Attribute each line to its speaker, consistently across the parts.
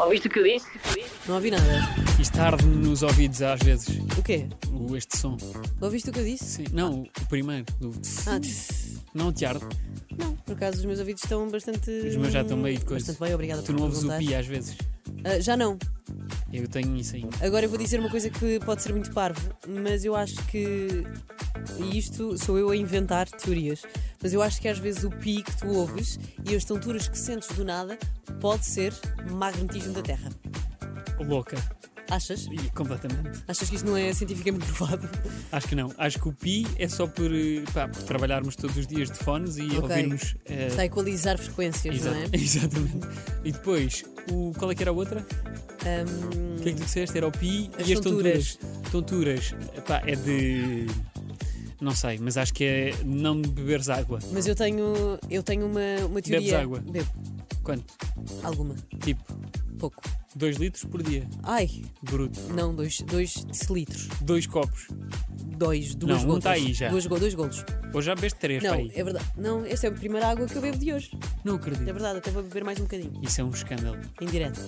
Speaker 1: Ouviste o que eu disse?
Speaker 2: Não ouvi nada.
Speaker 3: Isto arde-me nos ouvidos às vezes,
Speaker 2: O quê?
Speaker 3: o- este som.
Speaker 2: Ouviste o que eu disse?
Speaker 3: Sim, não, o- o primeiro. do-
Speaker 2: Ah, tch,
Speaker 3: Não te arde.
Speaker 2: não. Por acaso os meus ouvidos estão bastante.
Speaker 3: Os meus já estão meio de coisa.
Speaker 2: Bastante bem, obrigada
Speaker 3: Tu
Speaker 2: por
Speaker 3: não ouves o
Speaker 2: perguntar.
Speaker 3: pi às vezes.
Speaker 2: Ah, já não.
Speaker 3: Eu tenho isso ainda.
Speaker 2: Agora eu vou dizer uma coisa que pode ser muito parvo, mas eu acho que. E isto sou eu a inventar teorias. Mas eu acho que às vezes o pi que tu ouves e as tonturas que sentes do nada pode ser magnetismo da Terra.
Speaker 3: Louca.
Speaker 2: Achas?
Speaker 3: E completamente.
Speaker 2: Achas que isto não é cientificamente provado?
Speaker 3: Acho que não. Acho que o pi é só por, eh, pá, por trabalharmos todos os dias de fones e
Speaker 2: Ok.
Speaker 3: ouvirmos. eh,
Speaker 2: Está a equalizar frequências,
Speaker 3: exa-
Speaker 2: não é?
Speaker 3: Exatamente. E depois, o, qual é que era a outra?
Speaker 2: Ahm,
Speaker 3: O que é que tu disseste? Era o pi
Speaker 2: As
Speaker 3: e as tonturas. Tonturas. Epá, é de. Não sei, mas acho que é não beberes água.
Speaker 2: mas eu tenho, eu tenho uma, uma teoria.
Speaker 3: Bebes água?
Speaker 2: Bebo.
Speaker 3: Quanto?
Speaker 2: Alguma.
Speaker 3: Tipo,
Speaker 2: Pouco.
Speaker 3: 2 litros por dia.
Speaker 2: Ai,
Speaker 3: Bruto.
Speaker 2: não, dois, dois decilitros.
Speaker 3: Dois copos.
Speaker 2: Dois, duas
Speaker 3: Não, um
Speaker 2: gotas.
Speaker 3: tá aí já.
Speaker 2: Duas go- dois golos.
Speaker 3: Hoje já bebeste 3
Speaker 2: Não,
Speaker 3: aí.
Speaker 2: é verdade. Não, essa é a primeira água que eu bebo de hoje.
Speaker 3: Não
Speaker 2: É
Speaker 3: acredito.
Speaker 2: verdade, até vou beber mais um bocadinho.
Speaker 3: Isso é um escândalo.
Speaker 2: Em direto.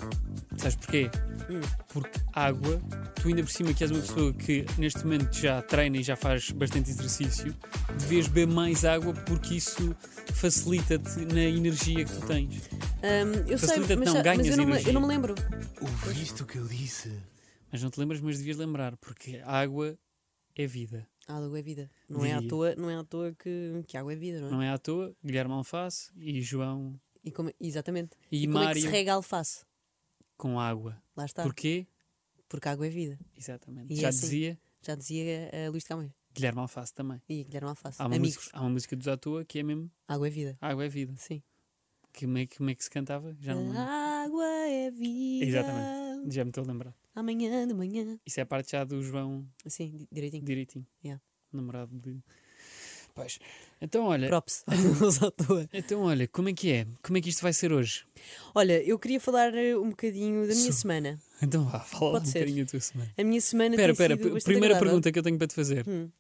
Speaker 3: Sabes porquê?
Speaker 2: Hum.
Speaker 3: Porque água, tu ainda por cima que és uma pessoa que neste momento já treina e já faz bastante exercício, devias beber mais água porque isso facilita-te na energia que tu tens.
Speaker 2: Ahm, eu sei,
Speaker 3: Facilita-te,
Speaker 2: mas,
Speaker 3: não,
Speaker 2: sa- mas
Speaker 3: ganhas
Speaker 2: eu, não me,
Speaker 3: energia.
Speaker 2: eu não me lembro.
Speaker 4: Ouviste o que eu disse?
Speaker 3: Mas não te lembras, mas devias lembrar, porque água é vida.
Speaker 2: A água é vida. Não é, à
Speaker 3: Diria.
Speaker 2: toa, não é à toa que, que água é vida, não é?
Speaker 3: Não é à toa, Guilherme Alface e João
Speaker 2: E como, exatamente.
Speaker 3: e,
Speaker 2: E como é que
Speaker 3: Mário
Speaker 2: se rega a alface?
Speaker 3: com água.
Speaker 2: Lá está.
Speaker 3: Porquê?
Speaker 2: Porque água é vida.
Speaker 3: Exatamente.
Speaker 2: E é
Speaker 3: Já
Speaker 2: assim.
Speaker 3: dizia
Speaker 2: Já dizia a Luís de Camões
Speaker 3: Guilherme Alface também.
Speaker 2: e Guilherme Alface.
Speaker 3: Há uma,
Speaker 2: Amigos,
Speaker 3: música, há uma música dos à toa que é mesmo
Speaker 2: água é vida.
Speaker 3: Água é Vida.
Speaker 2: Sim.
Speaker 3: Que, como, é, que- como é que se cantava? Já, não,
Speaker 2: Ah.
Speaker 3: lembro.
Speaker 2: Água é vida.
Speaker 3: Exatamente. já me estou a lembrar.
Speaker 2: Amanhã de manhã.
Speaker 3: Isso é a parte já do João
Speaker 2: Assim, di- direitinho.
Speaker 3: direitinho.
Speaker 2: Yeah.
Speaker 3: Namorado de. Pois. Então olha,
Speaker 2: Props aos à toa.
Speaker 3: então olha, como é que é? Como é que isto vai ser hoje?
Speaker 2: Olha, eu queria falar eh, um bocadinho da minha
Speaker 3: Su-
Speaker 2: semana.
Speaker 3: Então vá, fala lá um
Speaker 2: Pode ser.
Speaker 3: bocadinho a tua semana.
Speaker 2: A minha semana
Speaker 3: Espera,
Speaker 2: tem
Speaker 3: espera,
Speaker 2: sido
Speaker 3: p-
Speaker 2: bastante
Speaker 3: primeira
Speaker 2: agradável.
Speaker 3: pergunta que eu tenho para te fazer.
Speaker 2: Hum.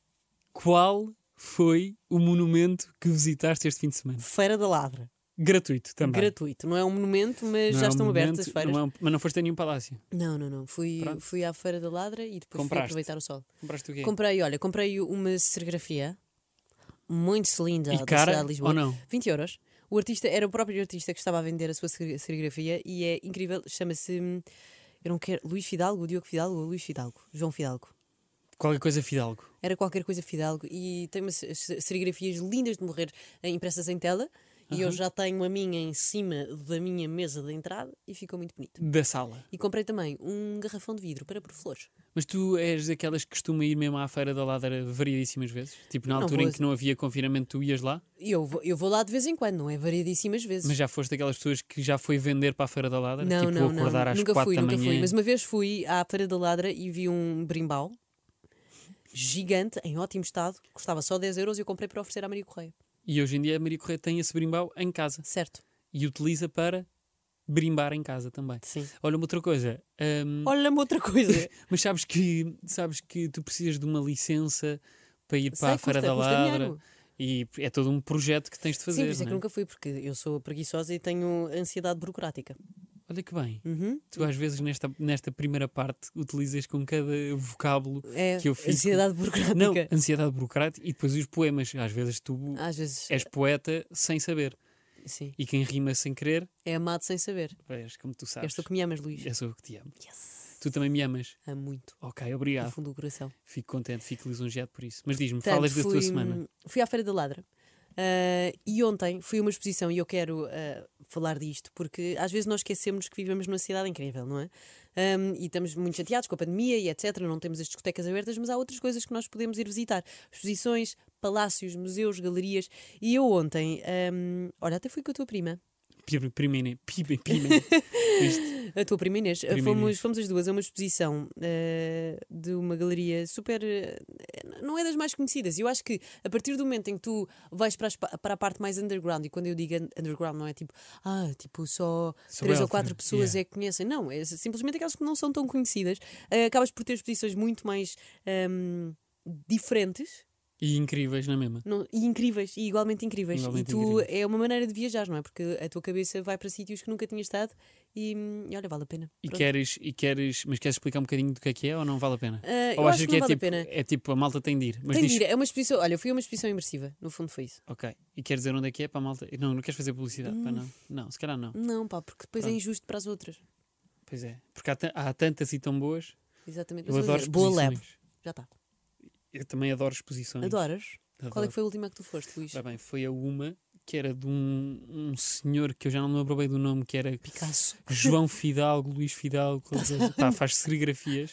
Speaker 3: Qual foi o monumento que visitaste este fim de semana?
Speaker 2: Feira da Ladra.
Speaker 3: Gratuito também.
Speaker 2: Gratuito. Não é um monumento, mas
Speaker 3: Não
Speaker 2: já
Speaker 3: é um
Speaker 2: estão
Speaker 3: monumento,
Speaker 2: abertas as feiras.
Speaker 3: não
Speaker 2: Não,
Speaker 3: é um- mas não foste a nenhum palácio.
Speaker 2: não, não. Fui,
Speaker 3: Pronto.
Speaker 2: fui à Feira da Ladra e depois
Speaker 3: Compraste.
Speaker 2: fui aproveitar o sol.
Speaker 3: Compraste o quê?
Speaker 2: Comprei, olha, comprei uma serigrafia muito linda
Speaker 3: e
Speaker 2: da
Speaker 3: cara
Speaker 2: cidade de Lisboa.
Speaker 3: ou não?
Speaker 2: 20 euros. O artista era o próprio artista que estava a vender a sua seri- serigrafia e é incrível. Chama-se. hum, Eu não quero. Luís Fidalgo, Diogo Fidalgo, Luís Fidalgo, João Fidalgo.
Speaker 3: Qualquer coisa Fidalgo.
Speaker 2: Era qualquer coisa Fidalgo e tem umas se- serigrafias lindas de morrer eh, impressas em tela. E eu já tenho a minha em cima da minha mesa de entrada e ficou muito bonito.
Speaker 3: Da sala.
Speaker 2: E comprei também um garrafão de vidro para pôr flores.
Speaker 3: Mas tu és daquelas que costuma ir mesmo à Feira da Ladra variedíssimas vezes? Tipo, na
Speaker 2: Não
Speaker 3: altura em
Speaker 2: vou. assim.
Speaker 3: que não havia confinamento, tu ias lá?
Speaker 2: E eu vou, eu vou lá de vez em quando, não é? Variedíssimas vezes.
Speaker 3: Mas já foste daquelas pessoas que já foi vender para a Feira da Ladra?
Speaker 2: Não,
Speaker 3: tipo,
Speaker 2: não, não.
Speaker 3: acordar às
Speaker 2: Nunca
Speaker 3: quatro
Speaker 2: fui,
Speaker 3: da
Speaker 2: nunca
Speaker 3: manhã?
Speaker 2: fui. Mas uma vez fui à Feira da Ladra e vi um brimbau gigante, em ótimo estado, custava só 10 euros e eu comprei para oferecer à Maria Correia.
Speaker 3: E hoje em dia a Maria Correia tem esse brimbau em casa
Speaker 2: Certo?
Speaker 3: e utiliza para brimbar em casa também.
Speaker 2: Sim.
Speaker 3: Olha, uma outra coisa. hum,
Speaker 2: Olha-me outra coisa.
Speaker 3: mas sabes que, sabes que tu precisas de uma licença para ir para
Speaker 2: Sei,
Speaker 3: a Feira
Speaker 2: custa,
Speaker 3: da
Speaker 2: custa
Speaker 3: Ladra
Speaker 2: dinheiro.
Speaker 3: e é todo um projeto que tens de fazer.
Speaker 2: Sim, por isso é que
Speaker 3: não é?
Speaker 2: nunca fui, porque eu sou preguiçosa e tenho ansiedade burocrática.
Speaker 3: Olha que bem.
Speaker 2: Uhum.
Speaker 3: Tu às vezes nesta, nesta primeira parte utilizas com cada vocábulo
Speaker 2: É
Speaker 3: que eu fico.
Speaker 2: ansiedade burocrática.
Speaker 3: Não, ansiedade burocrática e depois os poemas. Às vezes tu
Speaker 2: Às vezes,
Speaker 3: és poeta sem saber.
Speaker 2: sim.
Speaker 3: E quem rima sem querer,
Speaker 2: É amado sem saber.
Speaker 3: vês como tu
Speaker 2: Eu
Speaker 3: sabes.
Speaker 2: estou que me amas, Luís.
Speaker 3: Eu sou eu que te amo.
Speaker 2: Yes.
Speaker 3: Tu também me amas.
Speaker 2: Há muito.
Speaker 3: Ok,
Speaker 2: No
Speaker 3: obrigado.
Speaker 2: fundo do coração.
Speaker 3: Fico contente, fico lisonjeado por isso. Mas diz-me,
Speaker 2: Portanto,
Speaker 3: falas da tua
Speaker 2: fui- um
Speaker 3: semana.
Speaker 2: Fui à Feira da Ladra. ah, e ontem fui a uma exposição e eu quero ah, falar disto porque às vezes nós esquecemos que vivemos numa cidade incrível, não é? Ahm, e estamos muito chateados com a pandemia e etc. Não temos as discotecas abertas, mas há outras coisas que nós podemos ir visitar: exposições, palácios, museus, galerias. E eu ontem, ahm, olha, até fui com a tua prima.
Speaker 3: Pi- Primine, pime, pime.
Speaker 2: A tua prima Inês.
Speaker 3: Prima
Speaker 2: fomos,
Speaker 3: Inês.
Speaker 2: fomos as duas a uma exposição eh, de uma galeria super. eh, não é das mais conhecidas. Eu acho que a partir do momento em que tu vais para, as pa- para a parte mais underground, e quando eu digo un- underground, não é tipo, ah, tipo só
Speaker 3: Só
Speaker 2: três ou
Speaker 3: ela,
Speaker 2: quatro
Speaker 3: yeah.
Speaker 2: pessoas é que conhecem. Não, é simplesmente aquelas que não são tão conhecidas. Eh, acabas por ter exposições muito mais. ehm, diferentes
Speaker 3: E incríveis, na mesma.
Speaker 2: não- e incríveis, e igualmente incríveis.
Speaker 3: Igualmente
Speaker 2: e tu
Speaker 3: incríveis.
Speaker 2: é uma maneira de viajar, não é? Porque a tua cabeça vai para sítios que nunca tinha estado E, hum, olha, vale a pena.
Speaker 3: E é
Speaker 2: Pronto.
Speaker 3: queres, e queres, mas queres explicar um bocadinho do que é que é ou não vale a pena?
Speaker 2: Ah, eu
Speaker 3: ou
Speaker 2: acho que não
Speaker 3: é
Speaker 2: vale
Speaker 3: tipo,
Speaker 2: a pena.
Speaker 3: é tipo a malta tem de ir, mas
Speaker 2: Tem de
Speaker 3: diz,
Speaker 2: ir, é uma exposição. Olha, eu fui a uma exposição imersiva, no fundo foi isso.
Speaker 3: ok, e queres dizer onde é que é para a malta? Não, não queres fazer publicidade,
Speaker 2: Hum.
Speaker 3: pá, não. Não, se calhar não.
Speaker 2: Não, pá, porque depois é
Speaker 3: Pronto.
Speaker 2: injusto para as outras.
Speaker 3: Pois é, porque há, ta- há tantas e tão boas.
Speaker 2: Exatamente.
Speaker 3: Eu
Speaker 2: Mas,
Speaker 3: adoro
Speaker 2: aliás, Boa lab.
Speaker 3: exposições.
Speaker 2: Já está.
Speaker 3: Eu também adoro exposições.
Speaker 2: Adoras? Qual é
Speaker 3: Adoro.
Speaker 2: que foi a última que tu foste, Luís?
Speaker 3: Ora bem, foi a uma que era de um, um senhor que eu já não me lembro bem do nome, que era
Speaker 2: Picasso. Tá
Speaker 3: João Fidalgo, Luís Fidalgo, coisa- pá, faz serigrafias,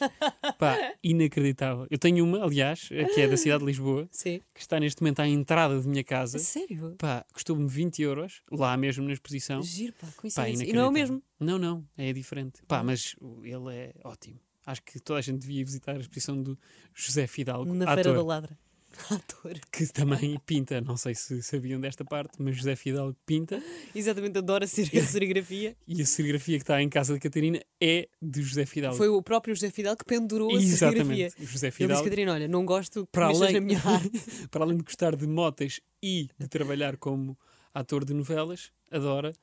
Speaker 3: pá, inacreditável. Eu tenho uma, aliás, que é da cidade de Lisboa,
Speaker 2: Sim.
Speaker 3: que está neste momento à entrada de minha casa,
Speaker 2: A sério?
Speaker 3: pá, custou-me 20 euros, lá mesmo na exposição.
Speaker 2: Giro, pá,
Speaker 3: Pá,
Speaker 2: coincidência. e não é o
Speaker 3: inacreditável.
Speaker 2: mesmo. Hum.
Speaker 3: Não, não, é diferente. Pá, mas o- ele é ótimo. Acho que toda a gente devia visitar a exposição do José Fidalgo,
Speaker 2: Na Feira
Speaker 3: ator,
Speaker 2: da Ladra. Ator.
Speaker 3: que também pinta. Não sei se sabiam desta parte, mas José Fidalgo pinta.
Speaker 2: Exatamente, adoro a ser- a serigrafia.
Speaker 3: E a serigrafia que está em casa de Catarina é de José Fidalgo.
Speaker 2: Foi o próprio José Fidel que pendurou a serigrafia.
Speaker 3: Exatamente. José
Speaker 2: Ele disse,
Speaker 3: Fidalgo,
Speaker 2: Catarina, olha, não gosto que
Speaker 3: para
Speaker 2: mexas
Speaker 3: além,
Speaker 2: na minha arte.
Speaker 3: para além de gostar de motas e de trabalhar como ator de novelas, adora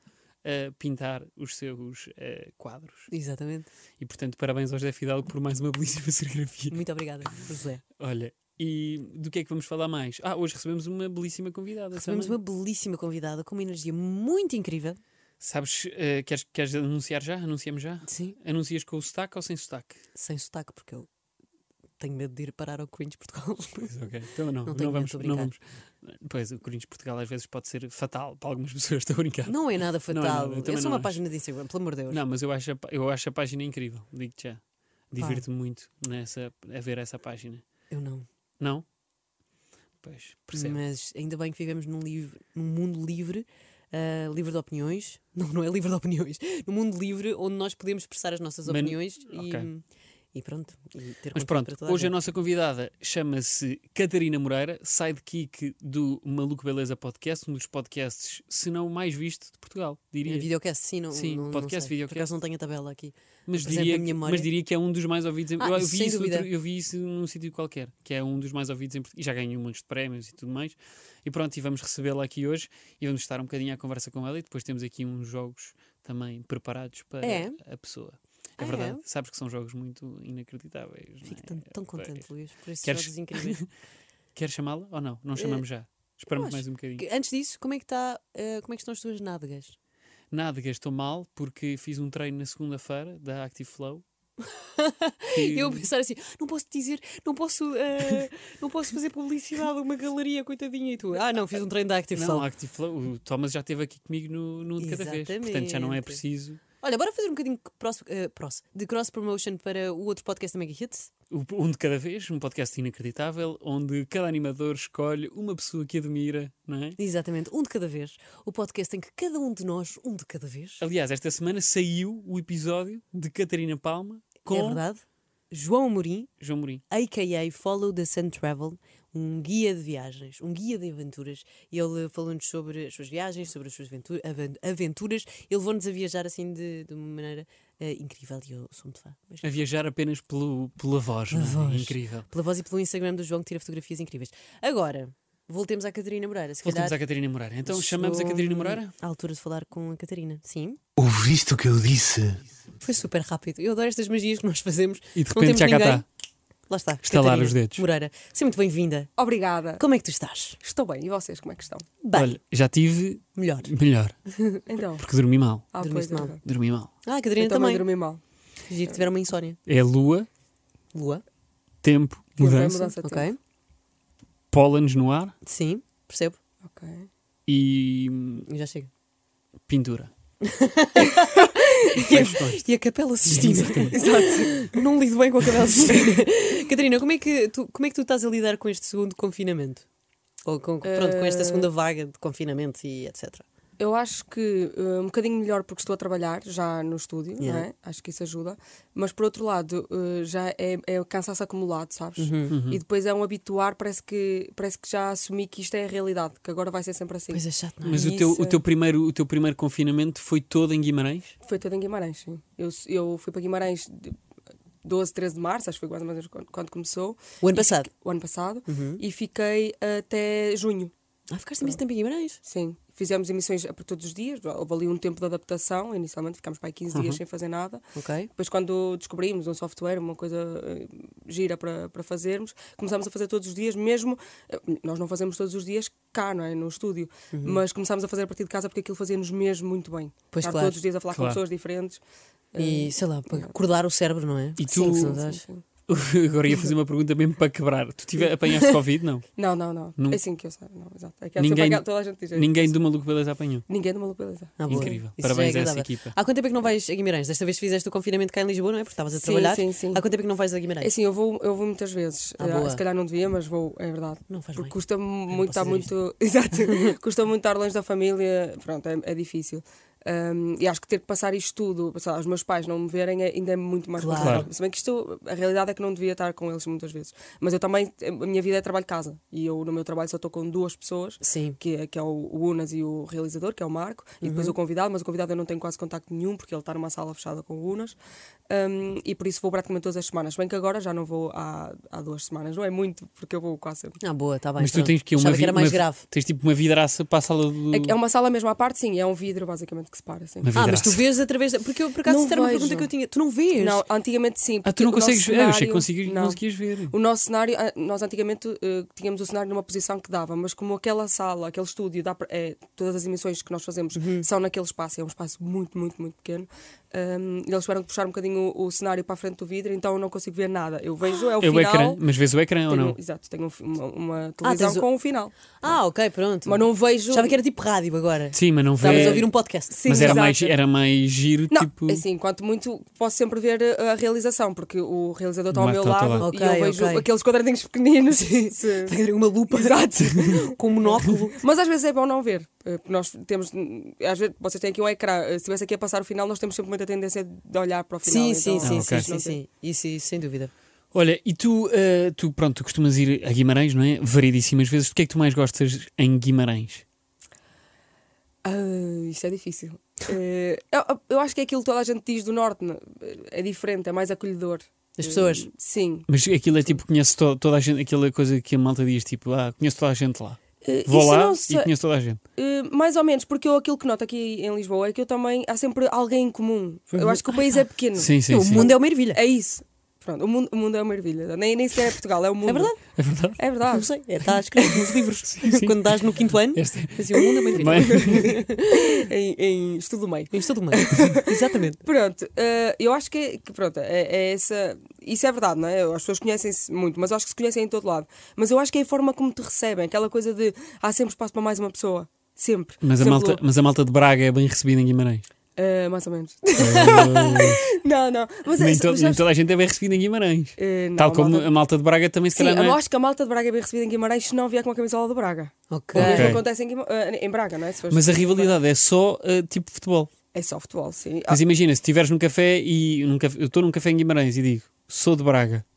Speaker 3: eh, pintar os seus eh, quadros.
Speaker 2: Exatamente.
Speaker 3: E portanto, parabéns ao José Fidalgo por mais uma belíssima serigrafia.
Speaker 2: Muito obrigada, José.
Speaker 3: Olha, e do que é que vamos falar mais? Ah, hoje recebemos uma belíssima convidada.
Speaker 2: Recebemos
Speaker 3: também.
Speaker 2: uma belíssima convidada com uma energia muito incrível.
Speaker 3: Sabes, eh, queres, queres anunciar já? Anunciamos já?
Speaker 2: Sim.
Speaker 3: Anuncias com o sotaque ou sem sotaque?
Speaker 2: Sem sotaque, porque eu tenho medo de ir parar ao Cringe Portugal.
Speaker 3: Pois, ok. Então não,
Speaker 2: Não
Speaker 3: não,
Speaker 2: tenho
Speaker 3: vamos,
Speaker 2: medo,
Speaker 3: não
Speaker 2: obrigado.
Speaker 3: vamos. Pois, o Corinthians de Portugal às vezes pode ser fatal para algumas pessoas, estou a brincar. Não,
Speaker 2: Não é nada
Speaker 3: Não é nada,
Speaker 2: fatal.
Speaker 3: eu
Speaker 2: é
Speaker 3: também
Speaker 2: só
Speaker 3: não
Speaker 2: uma
Speaker 3: acho.
Speaker 2: página de Instagram, pelo amor de Deus.
Speaker 3: mas eu acho, a, pá- eu acho a página incrível, digo-te já. Divirto-me muito nessa, a ver essa página.
Speaker 2: Eu não.
Speaker 3: Não? Pois, percebo.
Speaker 2: Mas ainda bem que vivemos num, livre, num mundo livre, ah, livre de opiniões. Não, não é livre de opiniões. Num mundo livre onde nós podemos expressar as nossas
Speaker 3: Mas-
Speaker 2: opiniões
Speaker 3: ok.
Speaker 2: e, e pronto. E ter
Speaker 3: Mas
Speaker 2: conteúdo
Speaker 3: pronto,
Speaker 2: para toda a
Speaker 3: hoje a
Speaker 2: gente.
Speaker 3: nossa convidada chama-se Catarina Moreira, sidekick do Maluco Beleza Podcast, um dos podcasts, se não o mais visto de Portugal, diria.
Speaker 2: É videocast, sim, não,
Speaker 3: Sim,
Speaker 2: não- não
Speaker 3: podcast,
Speaker 2: sei.
Speaker 3: videocast.
Speaker 2: Por acaso não tenho a tabela aqui.
Speaker 3: mas,
Speaker 2: presente
Speaker 3: diria,
Speaker 2: na minha
Speaker 3: que-
Speaker 2: memória.
Speaker 3: mas diria que é um dos mais ouvidos em
Speaker 2: Ah,
Speaker 3: eu, eu
Speaker 2: isso
Speaker 3: vi
Speaker 2: sem
Speaker 3: isso
Speaker 2: dúvida.
Speaker 3: outro- eu vi isso num sítio qualquer, que é um dos mais ouvidos em Portugal, e já ganhou um monte de prémios e tudo mais. E pronto, e vamos recebê-la aqui hoje e vamos estar um bocadinho à conversa com ela e depois temos aqui uns jogos também preparados para
Speaker 2: É?
Speaker 3: a pessoa.
Speaker 2: Ah,
Speaker 3: É
Speaker 2: é?
Speaker 3: verdade, sabes que são jogos muito inacreditáveis. não
Speaker 2: Fico
Speaker 3: é?
Speaker 2: tão, tão
Speaker 3: Pois.
Speaker 2: contente, Luís, por esses
Speaker 3: Queres-
Speaker 2: jogos incríveis.
Speaker 3: Queres chamá-la ou não? Não chamamos já.
Speaker 2: Eh, eu
Speaker 3: Esperamos
Speaker 2: acho
Speaker 3: mais um bocadinho.
Speaker 2: Que- Antes disso, como é que está? ah, como é que estão as tuas nádegas?
Speaker 3: Nádegas, estou mal porque fiz um treino na segunda-feira da Active Flow. que-
Speaker 2: Eu a pensar assim, não posso te dizer, não posso, ah, não posso fazer publicidade a uma galeria, coitadinha, e tu. Ah, não, fiz um treino da Active
Speaker 3: Não,
Speaker 2: Soul.
Speaker 3: a Active Flow. O Thomas já esteve aqui comigo no, no de cada vez. Portanto, já não é
Speaker 2: Exatamente.
Speaker 3: preciso.
Speaker 2: Olha, bora fazer um bocadinho de cross, eh, cross- de cross promotion para o outro podcast da Mega Hits.
Speaker 3: O- Um de cada vez, um podcast inacreditável, onde cada animador escolhe uma pessoa que admira, não é?
Speaker 2: Exatamente, um de cada vez. O podcast em que cada um de nós, um de cada vez.
Speaker 3: Aliás, esta semana saiu o episódio de Catarina Palma
Speaker 2: É
Speaker 3: com
Speaker 2: verdade. João Amorim,
Speaker 3: João Mourinho.
Speaker 2: a.k.a. Follow the Sun Travel, um guia de viagens, um guia de aventuras. E ele falou-nos sobre as suas viagens, sobre as suas ventu- aven- aventuras. Ele levou-nos a viajar assim de, de uma maneira eh, incrível e eu sou muito fã. Mas-
Speaker 3: A viajar apenas pelo, pela voz,
Speaker 2: Pela
Speaker 3: não é?
Speaker 2: voz.
Speaker 3: Incrível.
Speaker 2: Pela voz e pelo Instagram do João que tira fotografias incríveis. Agora, voltemos à Catarina Moreira. Se
Speaker 3: Voltamos
Speaker 2: calhar
Speaker 3: à Catarina Moreira. Então,
Speaker 2: Chegou,
Speaker 3: chamamos a Catarina Moreira?
Speaker 2: À altura de falar com a Catarina, sim.
Speaker 4: Ouviste o que eu disse?
Speaker 2: Foi super rápido. Eu adoro estas magias que nós fazemos.
Speaker 3: E de
Speaker 2: Não temos
Speaker 3: repente já cá
Speaker 2: ninguém.
Speaker 3: está.
Speaker 2: Lá está.
Speaker 3: Estalar
Speaker 2: Catarina
Speaker 3: os dedos.
Speaker 2: Moreira, seja muito bem-vinda.
Speaker 1: Obrigada.
Speaker 2: Como é que tu estás?
Speaker 1: Estou bem. E vocês, como é que estão?
Speaker 2: Bem,
Speaker 3: Olha, já tive
Speaker 2: melhor.
Speaker 3: melhor,
Speaker 1: Então,
Speaker 3: porque dormi mal.
Speaker 1: ah,
Speaker 2: Dormiste
Speaker 1: pois,
Speaker 2: mal?
Speaker 1: ok.
Speaker 3: Dormi mal.
Speaker 2: Ah, a
Speaker 1: Eu
Speaker 2: Catarina
Speaker 1: também
Speaker 2: também.
Speaker 1: dormi mal.
Speaker 2: Giro que tiveram uma insónia.
Speaker 3: É lua,
Speaker 2: Lua. é
Speaker 3: tempo,
Speaker 1: Tive bem
Speaker 3: mudança,
Speaker 1: mudança de
Speaker 2: Ok.
Speaker 1: tempo.
Speaker 3: pólenes no ar
Speaker 2: Sim, percebo.
Speaker 1: Ok.
Speaker 3: e hum,
Speaker 2: Eu Já chego.
Speaker 3: pintura.
Speaker 2: E a Capela Sistina. Exato. Não lido bem com a Capela Sistina. Catarina, como é, que tu, como é que tu estás a lidar com este segundo confinamento? Ou com, pronto, com esta
Speaker 1: Eh,
Speaker 2: segunda vaga de confinamento e etc.
Speaker 1: Eu acho que eh, um bocadinho melhor porque estou a trabalhar já no estúdio,
Speaker 2: Yeah.
Speaker 1: não é? Acho que isso ajuda. Mas por outro lado, eh, já é, é o cansaço acumulado, sabes?
Speaker 2: Uhum,
Speaker 1: E depois é um habituar, parece que, parece que já assumi que isto é a realidade, que agora vai ser sempre assim.
Speaker 2: Pois é chato, não é?
Speaker 3: Mas o
Speaker 1: Isso.
Speaker 3: teu, o, teu primeiro, o teu primeiro confinamento foi todo em Guimarães?
Speaker 2: é.
Speaker 1: Foi todo em Guimarães, sim. Eu, eu fui para Guimarães de 12, 13 de março, acho que foi mais ou menos quando, quando começou,
Speaker 2: O ano passado.
Speaker 1: o ano passado, e fiquei até junho.
Speaker 2: Ah, ficaste imenso tempo em Guimarães.
Speaker 1: Sim, fizemos emissões a- por todos os dias, houve ali um tempo de adaptação, inicialmente ficámos para aí 15 dias sem fazer nada.
Speaker 2: Uhum. Ok.
Speaker 1: Depois, quando descobrimos um software, uma coisa eh, gira para, para fazermos, começámos a fazer todos os dias, mesmo. eh, Nós não fazemos todos os dias cá, não é? No estúdio. Mas começámos a fazer a partir de casa porque aquilo fazia-nos mesmo muito bem.
Speaker 2: Uhum. Pois,
Speaker 1: Estar
Speaker 2: claro.
Speaker 1: todos os dias a falar
Speaker 3: Claro.
Speaker 1: com pessoas diferentes.
Speaker 2: E sei lá, para acordar o cérebro, não é?
Speaker 3: E
Speaker 2: Eh, Sim,
Speaker 3: tu-
Speaker 2: se não dás.
Speaker 3: Agora ia fazer uma pergunta mesmo para quebrar. Tu tive, apanhaste Covid? Não.
Speaker 1: Não, não, não.
Speaker 3: Num-
Speaker 1: É assim que eu sei. Não, exato. É que há
Speaker 3: Ninguém-
Speaker 1: sempre aquela- toda a gente diz. isso.
Speaker 3: Ninguém do Maluco Beleza apanhou.
Speaker 1: Ninguém é numa localiza.
Speaker 2: Ah, boa.
Speaker 3: Incrível.
Speaker 2: Isso já
Speaker 3: Parabéns a essa
Speaker 2: agradável.
Speaker 3: equipa.
Speaker 2: Há quanto tempo é que não vais a Guimarães? Desta vez fizeste o confinamento cá em Lisboa, não é? Porque estavas a
Speaker 1: Sim,
Speaker 2: trabalhar.
Speaker 1: sim, sim.
Speaker 2: Há quanto tempo é que não vais a
Speaker 1: É
Speaker 2: Guimarães?
Speaker 1: assim, eu vou, eu vou muitas vezes.
Speaker 2: Ah,
Speaker 1: Eh,
Speaker 2: boa.
Speaker 1: se calhar não devia, mas vou, é verdade.
Speaker 2: Não faz
Speaker 1: Porque
Speaker 2: bem.
Speaker 1: custa muito
Speaker 2: posso
Speaker 1: estar
Speaker 2: fazer
Speaker 1: muito. Exato. custa muito estar longe da família. Pronto, é, é difícil. Um, e acho que ter que passar isto tudo, sei lá, os meus pais não me verem, é- ainda é muito mais
Speaker 2: Claro.
Speaker 1: complicado.
Speaker 3: Claro.
Speaker 1: Se bem que isto, a realidade é que não devia estar com eles muitas vezes. Mas eu também, a minha vida é trabalho de casa. E eu, no meu trabalho, só estou com duas pessoas
Speaker 2: Sim.
Speaker 1: que é, que é o, o Unas e o realizador, que é o Marco, e depois o convidado, mas o convidado eu não tenho quase contacto nenhum, porque ele está numa sala fechada com o Unas, hum, e por isso vou praticamente todas as semanas. Bem que agora já não vou há, há duas semanas, não é muito, porque eu vou quase sempre.
Speaker 2: Ah, boa, está bem.
Speaker 3: Mas tu
Speaker 2: pronto.
Speaker 3: tens que ir uma,
Speaker 2: Achava que era
Speaker 3: vi-
Speaker 2: mais
Speaker 3: uma-
Speaker 2: grave.
Speaker 3: Tens tipo uma vidraça para a sala do.
Speaker 1: É uma sala mesmo à parte, sim, é um vidro basicamente que separa. Sim.
Speaker 3: Uma
Speaker 2: Ah, mas
Speaker 3: vidraça.
Speaker 2: tu vês através. Da... Porque eu, por acaso,
Speaker 1: Não
Speaker 2: isso era uma pergunta
Speaker 1: vejo.
Speaker 2: que eu tinha. Tu não vês?
Speaker 1: Não, antigamente sim.
Speaker 3: Ah, tu
Speaker 1: porque
Speaker 3: não
Speaker 1: o nosso
Speaker 3: consegues ver? Ah, eu achei que
Speaker 1: cenário-
Speaker 3: conseguias,
Speaker 1: Não.
Speaker 3: conseguias ver.
Speaker 1: O nosso cenário, ah, nós antigamente eh, tínhamos o cenário numa posição que dava, mas como aquela sala, aquele estúdio, dá pra- é, todas as emissões que nós fazemos
Speaker 3: Uhum.
Speaker 1: são naquele espaço, é um espaço muito, muito, muito pequeno, hum, eles tiveram que puxar um bocadinho o, o cenário para a frente do vidro, então eu não consigo ver nada. Eu vejo, é o
Speaker 3: É o
Speaker 1: final.
Speaker 3: ecrã, mas vês o ecrã ou
Speaker 1: tenho-
Speaker 3: não? Ah,
Speaker 1: Exato, tenho um fi- uma, uma televisão
Speaker 2: tens o-
Speaker 1: com o final.
Speaker 2: Ah, ok, pronto.
Speaker 1: Mas não vejo.
Speaker 2: Achava que era tipo rádio agora.
Speaker 3: Sim, mas não
Speaker 2: Estavas
Speaker 3: vês.
Speaker 2: a ouvir um podcast. Sim,
Speaker 3: Mas era
Speaker 1: exato.
Speaker 3: mais, era mais giro,
Speaker 1: Não,
Speaker 3: tipo.
Speaker 1: é assim, quanto muito posso sempre ver a, a realização, porque o realizador está ao
Speaker 3: Marco está
Speaker 1: meu
Speaker 3: ao teu
Speaker 1: lado
Speaker 3: lado.
Speaker 1: e
Speaker 2: Ok,
Speaker 1: eu vejo
Speaker 2: ok.
Speaker 1: aqueles quadradinhos pequeninos. Se-
Speaker 2: uma lupa. Exato. Com um monóculo.
Speaker 1: Mas às vezes é bom não ver. eh, Porque nós temos. hum, Às vezes vocês têm aqui um ecrã. eh, Se estivesse aqui a passar o final, nós temos sempre muita tendência de olhar para o final.
Speaker 2: Sim, sim,
Speaker 1: então,
Speaker 2: sim,
Speaker 3: Ah,
Speaker 2: sim,
Speaker 3: ok.
Speaker 2: sim, sim. Isso, isso, sem dúvida.
Speaker 3: Olha, e tu, eh, tu, pronto, tu costumas ir a Guimarães, não é? Variedíssimas vezes. O que é que tu mais gostas em Guimarães?
Speaker 1: Ah, isto é difícil. Eh, eu, eu acho que é aquilo que toda a gente diz do Norte. né? É diferente, é mais acolhedor. Eh,
Speaker 2: As pessoas.
Speaker 1: Sim.
Speaker 3: Mas aquilo é tipo, conheço to- toda a gente, aquela coisa que a malta diz, tipo, ah, conheço toda a gente lá.
Speaker 1: Eh,
Speaker 3: Vou
Speaker 1: isso
Speaker 3: lá
Speaker 1: não
Speaker 3: e
Speaker 1: sei-
Speaker 3: conheço toda a gente.
Speaker 1: Eh, mais ou menos, porque eu aquilo que noto aqui em Lisboa é que eu também. Há sempre alguém em comum. Eu acho que o país é pequeno.
Speaker 3: Sim, sim,
Speaker 2: o
Speaker 3: sim.
Speaker 2: mundo é uma ervilha.
Speaker 1: É isso. Pronto, o mundo, o mundo é uma ervilha. Nem, nem sequer é Portugal, é o mundo.
Speaker 2: É verdade.
Speaker 3: É verdade.
Speaker 2: Não
Speaker 1: É verdade.
Speaker 2: sei. é, Está escrito nos livros.
Speaker 3: sim.
Speaker 2: Quando estás no quinto ano,
Speaker 3: Este-
Speaker 2: assim, o mundo é uma ervilha. É
Speaker 3: Bem,
Speaker 1: em, em estudo meio.
Speaker 2: Em todo o meio. Exatamente.
Speaker 1: Pronto, eh, eu acho que, que pronto, é, é essa. Isso é verdade, não é? As pessoas conhecem-se muito, mas eu acho que se conhecem em todo lado. Mas eu acho que é a forma como te recebem, aquela coisa de há sempre espaço para mais uma pessoa. Sempre.
Speaker 3: mas, a
Speaker 1: Sempre
Speaker 3: malta,
Speaker 1: louco.
Speaker 3: mas a malta de Braga é bem recebida em Guimarães.
Speaker 1: Eh, mais ou menos.
Speaker 3: Oh,
Speaker 1: não, não. Mas
Speaker 3: nem,
Speaker 1: é-
Speaker 3: to-
Speaker 1: mas
Speaker 3: nem
Speaker 1: sabes-
Speaker 3: toda a gente é bem recebida em Guimarães.
Speaker 1: eh, não,
Speaker 3: Tal
Speaker 1: a
Speaker 3: como
Speaker 1: malta-
Speaker 3: a malta de Braga também, se
Speaker 1: Sim,
Speaker 3: calhar, não
Speaker 1: eu
Speaker 3: é.
Speaker 1: acho que a malta de Braga é bem recebida em Guimarães se não vier com a camisola de Braga.
Speaker 2: Ok.
Speaker 1: O mesmo
Speaker 3: Ok.
Speaker 1: acontece em, Guima- eh, em Braga, não é? Se fores-
Speaker 3: Mas a rivalidade é só eh, tipo futebol.
Speaker 1: É só futebol, sim. Ah,
Speaker 3: Mas imagina, se estiveres num café e num café- eu estou num café em Guimarães e digo, sou de Braga.
Speaker 1: Ah,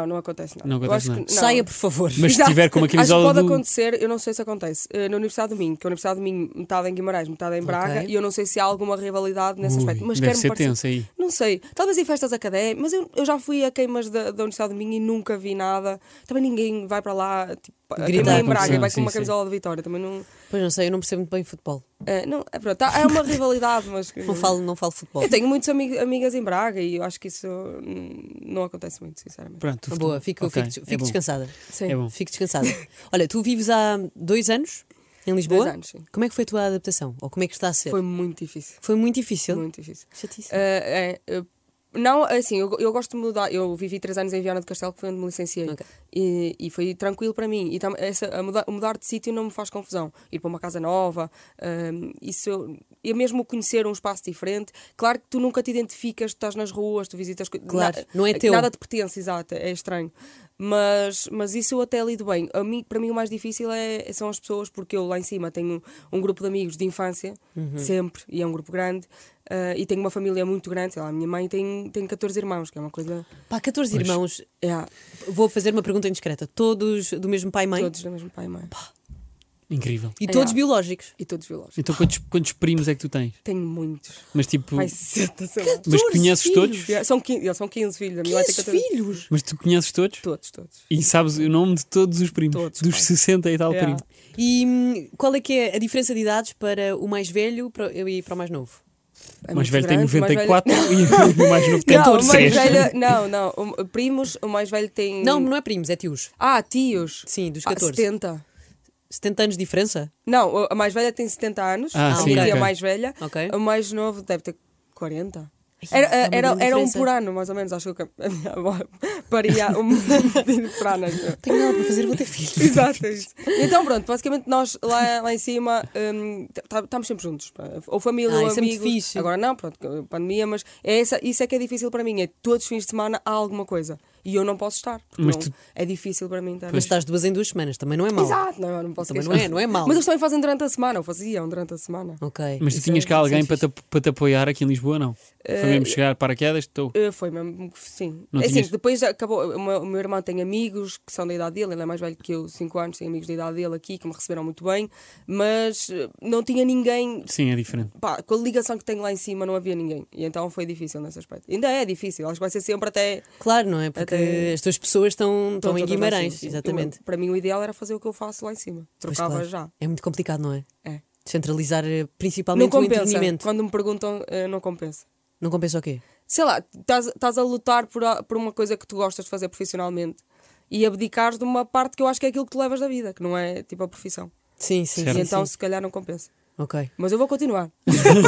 Speaker 1: Não, não acontece nada.
Speaker 3: Não
Speaker 1: Eu
Speaker 3: acontece
Speaker 1: acho
Speaker 3: nada.
Speaker 1: que- não.
Speaker 2: Saia, por favor.
Speaker 3: Mas se
Speaker 1: Exato.
Speaker 3: tiver com uma
Speaker 1: Acho que
Speaker 3: camisola
Speaker 1: pode
Speaker 3: do-
Speaker 1: acontecer, eu não sei se acontece, eh, na Universidade do Minho, que é a Universidade do Minho, metade em Guimarães, metade em Braga,
Speaker 2: Ok.
Speaker 1: e eu não sei se há alguma rivalidade nesse
Speaker 3: Ui,
Speaker 1: aspecto. Mas
Speaker 3: deve
Speaker 1: quero-me
Speaker 3: ser
Speaker 1: parecer-
Speaker 3: tenso aí.
Speaker 1: Não sei, talvez em festas académicas, mas eu, eu já fui a queimas da, da Universidade do Minho e nunca vi nada. Também ninguém vai para lá, tipo, a
Speaker 2: Gritar.
Speaker 1: queima em Braga, e vai
Speaker 3: Sim,
Speaker 1: com uma
Speaker 3: sim.
Speaker 1: camisola de vitória. Também não.
Speaker 2: Pois não sei, eu não percebo muito bem futebol.
Speaker 1: eh, não é, pronto, há- é uma rivalidade, mas. que-
Speaker 2: Não falo, não falo futebol.
Speaker 1: Eu tenho muitos ami- amigas em Braga e eu acho que isso hum, não acontece muito, sinceramente.
Speaker 3: Pronto, o
Speaker 2: Boa,
Speaker 3: futebol.
Speaker 2: fico,
Speaker 3: Ok,
Speaker 2: fico,
Speaker 3: é
Speaker 2: fico
Speaker 3: bom.
Speaker 2: descansada.
Speaker 1: Sim.
Speaker 3: É bom.
Speaker 2: Fico descansada. Olha, tu vives há dois anos em Lisboa.
Speaker 1: Dois anos, sim.
Speaker 2: Como é que foi a tua adaptação? Ou como é que está a ser?
Speaker 1: Foi muito difícil.
Speaker 2: Foi muito difícil.
Speaker 1: Muito difícil.
Speaker 2: Chatíssimo.
Speaker 1: Eh, é, eh, não, assim, eu, eu gosto de mudar. Eu vivi três anos em Viana do Castelo, que foi onde me licenciei.
Speaker 2: Ok.
Speaker 1: E, e foi tranquilo para mim. E tam, essa, a muda- o mudar de sítio não me faz confusão. Ir para uma casa nova, ehm, isso eu- e mesmo conhecer um espaço diferente. Claro que tu nunca te identificas, tu estás nas ruas, tu visitas. co-
Speaker 2: Claro, não é
Speaker 1: que
Speaker 2: teu.
Speaker 1: eh, Nada te pertence, exato, é estranho. Mas, mas isso eu até lido bem. A mim, para mim, o mais difícil é, são as pessoas, porque eu lá em cima tenho um grupo de amigos de infância,
Speaker 2: Uhum.
Speaker 1: sempre, e é um grupo grande, ah, e tenho uma família muito grande. Sei lá, a minha mãe tem, tem 14 irmãos, que é uma coisa.
Speaker 2: Pá, 14 irmãos.
Speaker 1: É, há é
Speaker 2: Vou fazer uma pergunta indiscreta. Todos do mesmo pai e mãe?
Speaker 1: todos do mesmo pai e mãe.
Speaker 3: Incrível.
Speaker 2: E todos
Speaker 1: Yeah.
Speaker 2: biológicos.
Speaker 1: E todos biológicos.
Speaker 3: Então quantos, quantos primos é que tu tens?
Speaker 1: Tenho muitos.
Speaker 3: Mas tipo,
Speaker 1: Ai, senta, sei lá.
Speaker 3: mas
Speaker 2: 14
Speaker 3: conheces
Speaker 2: filhos.
Speaker 3: todos?
Speaker 1: Yeah, São 15, são 15 filhos. A minha vai ter 14.
Speaker 2: é filhos!
Speaker 3: Mas tu conheces todos?
Speaker 1: Todos, todos.
Speaker 3: E sabes o nome de todos os primos?
Speaker 1: Todos,
Speaker 3: dos
Speaker 1: claro.
Speaker 3: 60 e tal
Speaker 1: Yeah.
Speaker 3: primos.
Speaker 2: E hum, qual é que é a diferença de idades para o mais velho para- e para o mais novo?
Speaker 1: É
Speaker 3: O mais
Speaker 1: muito
Speaker 3: velho tem
Speaker 1: grande, o mais velho-
Speaker 3: 94 e o mais novo tem
Speaker 1: Não, o
Speaker 3: 14.
Speaker 1: mais velho, não, não. O- primos, o mais velho tem.
Speaker 2: Não, não é primos, é tios.
Speaker 1: Ah, tios.
Speaker 2: Sim, dos
Speaker 1: Hum. Ah,
Speaker 2: 14.
Speaker 1: 70.
Speaker 2: 70 anos de diferença?
Speaker 1: Não, a mais velha tem 70 anos.
Speaker 3: Ah,
Speaker 1: a
Speaker 2: sim,
Speaker 1: minha tia
Speaker 3: ok.
Speaker 1: mais velha.
Speaker 2: Ok.
Speaker 1: O mais novo deve ter 40.
Speaker 2: Ai,
Speaker 1: Era,
Speaker 2: há uma
Speaker 1: era,
Speaker 2: grande
Speaker 1: era um
Speaker 2: diferença.
Speaker 1: por ano, mais ou menos. Acho que eu- a minha avó paria um por ano. acho eu.
Speaker 2: Tenho nada para fazer, vou ter filhos.
Speaker 1: Exato, é isso. Então, pronto, basicamente nós lá, lá em cima hum, tá- estamos sempre juntos. pá. Ou família,
Speaker 2: Ah,
Speaker 1: ou
Speaker 2: isso é muito
Speaker 1: amigos.
Speaker 2: fixe.
Speaker 1: Agora não, pronto, pandemia, mas é essa, isso é que é difícil para mim. É todos os fins de semana há alguma coisa. E eu não posso estar, porque
Speaker 3: Mas
Speaker 1: não-
Speaker 3: tu-
Speaker 1: é difícil para mim estar.
Speaker 2: Mas estás duas em duas semanas, também não é mau.
Speaker 1: Exato, não, eu não posso
Speaker 2: Também não
Speaker 1: queixar.
Speaker 2: é, não é mau. Hum.
Speaker 1: Mas eles também fazem durante a semana, ou faziam durante a semana.
Speaker 2: Ok.
Speaker 3: Mas tu
Speaker 1: Isso é-
Speaker 3: tinhas cá
Speaker 1: isso é
Speaker 3: alguém para
Speaker 1: fixe.
Speaker 3: te, para te apoiar aqui em Lisboa, não? Foi mesmo chegar paraquedas, estou.
Speaker 1: Eh, foi mesmo, sim.
Speaker 3: Não
Speaker 1: assim,
Speaker 3: tinhas-
Speaker 1: depois acabou. O meu, o meu irmão tem amigos que são da idade dele, ele é mais velho que eu, 5 anos, tem amigos da idade dele aqui que me receberam muito bem, mas eh, não tinha ninguém.
Speaker 3: Sim, é diferente.
Speaker 1: Pá, com a ligação que tenho lá em cima não havia ninguém. E então foi difícil nesse aspecto. Ainda é difícil, acho que vai ser sempre até.
Speaker 2: Claro, não é? Porque
Speaker 1: Até-
Speaker 2: as tuas pessoas estão, estão
Speaker 1: todas
Speaker 2: Então, em
Speaker 1: lá
Speaker 2: Guimarães,
Speaker 1: cima, sim.
Speaker 2: exatamente.
Speaker 1: Eu- para mim o ideal era fazer o que eu faço lá em cima.
Speaker 2: Pois,
Speaker 1: Trocava
Speaker 2: claro.
Speaker 1: já.
Speaker 2: É muito complicado, não é?
Speaker 1: É.
Speaker 2: Centralizar eh,
Speaker 1: Não
Speaker 2: principalmente o
Speaker 1: compensa.
Speaker 2: entretenimento.
Speaker 1: Quando me perguntam, eh, não compensa.
Speaker 2: Não compensa o quê?
Speaker 1: sei lá, estás estás a lutar por, a- por uma coisa que tu gostas de fazer profissionalmente e abdicares de uma parte que eu acho que é aquilo que tu levas da vida, que não é tipo a profissão.
Speaker 2: Sim, sim,
Speaker 3: Certo.
Speaker 1: E
Speaker 2: sim,
Speaker 1: então
Speaker 2: sim.
Speaker 1: se calhar não compensa.
Speaker 2: Ok.
Speaker 1: Mas eu vou continuar. Continuo.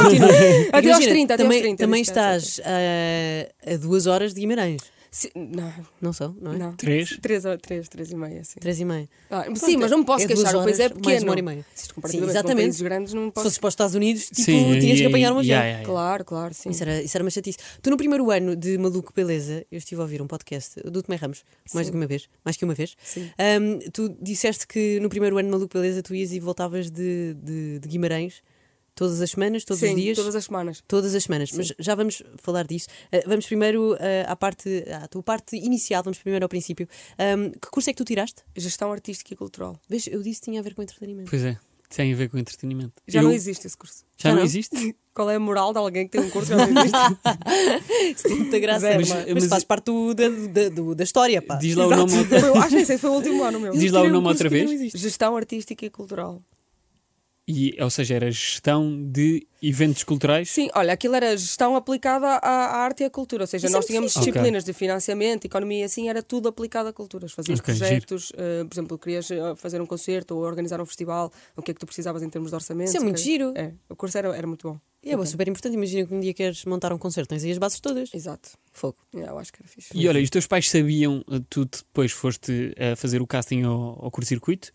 Speaker 1: até aos
Speaker 2: Imagina,
Speaker 1: 30, até
Speaker 2: também,
Speaker 1: aos 30.
Speaker 2: Também
Speaker 1: diz que é assim.
Speaker 2: estás eh, a duas horas de Guimarães.
Speaker 1: Sim, não,
Speaker 2: Não são, não é?
Speaker 1: não.
Speaker 3: Três?
Speaker 1: 3 ou 3, 3 e meia, sim.
Speaker 2: Três e meia.
Speaker 1: Ah, sim,
Speaker 2: Pronto,
Speaker 1: mas não me posso
Speaker 2: é duas
Speaker 1: queixar, o país é
Speaker 2: horas, mais
Speaker 1: pequeno.
Speaker 2: uma hora e meia.
Speaker 1: Se
Speaker 2: Sim,
Speaker 1: comparativamente com
Speaker 2: exatamente.
Speaker 1: países grandes não
Speaker 2: Se
Speaker 1: posso.
Speaker 2: fosses para os Estados Unidos, tipo,
Speaker 3: Sim,
Speaker 2: tinhas
Speaker 3: e-
Speaker 2: que apanhar uma
Speaker 3: e-
Speaker 2: viagem.
Speaker 3: yeah, yeah, yeah.
Speaker 1: Claro, claro, sim.
Speaker 2: Isso é- era, isso era uma chatice. Tu, no primeiro ano de Maluco Beleza, eu estive a ouvir um podcast do Tomé Ramos, mais do que uma vez, mais que uma vez.
Speaker 1: Sim.
Speaker 2: Ahm, tu disseste que no primeiro ano de Maluco Beleza tu ias e voltavas de, de, de Guimarães todas as semanas, todos
Speaker 1: Sim,
Speaker 2: os dias.
Speaker 1: todas as semanas.
Speaker 2: Todas as semanas, mas já vamos falar disso. Ah, vamos primeiro ah, à parte, à tua parte inicial, vamos primeiro ao princípio. Ahm, que curso é que tu tiraste?
Speaker 1: Gestão artística e cultural.
Speaker 2: Vês, eu disse que tinha a ver com entretenimento.
Speaker 3: Pois é, tem a ver com entretenimento.
Speaker 1: Já
Speaker 3: Eu-
Speaker 1: não existe esse curso.
Speaker 2: Já
Speaker 3: Já não
Speaker 2: não?
Speaker 3: existe?
Speaker 1: Qual é a moral de alguém que tem um curso que já não existe?
Speaker 2: Isso tem muita graça,
Speaker 1: Zero,
Speaker 2: mas,
Speaker 1: é, mas-
Speaker 2: mas
Speaker 3: mas-
Speaker 2: faz parte do- da, da- do- da história, pá.
Speaker 3: Diz lá o nome. outra-
Speaker 1: Foi- acho que esse foi o último ano meu.
Speaker 3: Diz lá o
Speaker 2: Tirei um
Speaker 3: nome
Speaker 2: curso
Speaker 3: outra
Speaker 2: que
Speaker 3: vez.
Speaker 2: não existe.
Speaker 1: Gestão artística e cultural.
Speaker 3: E, ou seja, era gestão de eventos culturais.
Speaker 1: Sim, olha, aquilo era gestão aplicada à, à arte e à cultura, ou seja,
Speaker 2: Isso é
Speaker 1: nós
Speaker 2: muito
Speaker 1: tínhamos
Speaker 3: fixe.
Speaker 1: disciplinas de financiamento, economia, assim, era tudo aplicado a culturas. Fazias
Speaker 3: Ok, giro.
Speaker 1: projetos, eh, por exemplo, querias eh, fazer um concerto ou organizar um festival, o que é que tu precisavas em termos de orçamento.
Speaker 2: Isso é
Speaker 1: o
Speaker 2: muito
Speaker 1: que-
Speaker 2: giro.
Speaker 1: É, o curso era, era muito bom.
Speaker 2: É bom, super importante. Imagina que um dia queres montar um concerto, tens aí as bases todas.
Speaker 1: Exato.
Speaker 2: Fogo.
Speaker 1: Yeah, É, eu acho que era fixe.
Speaker 3: E olha, os teus pais sabiam, eh, tu depois foste a fazer o casting ao, ao curto-circuito,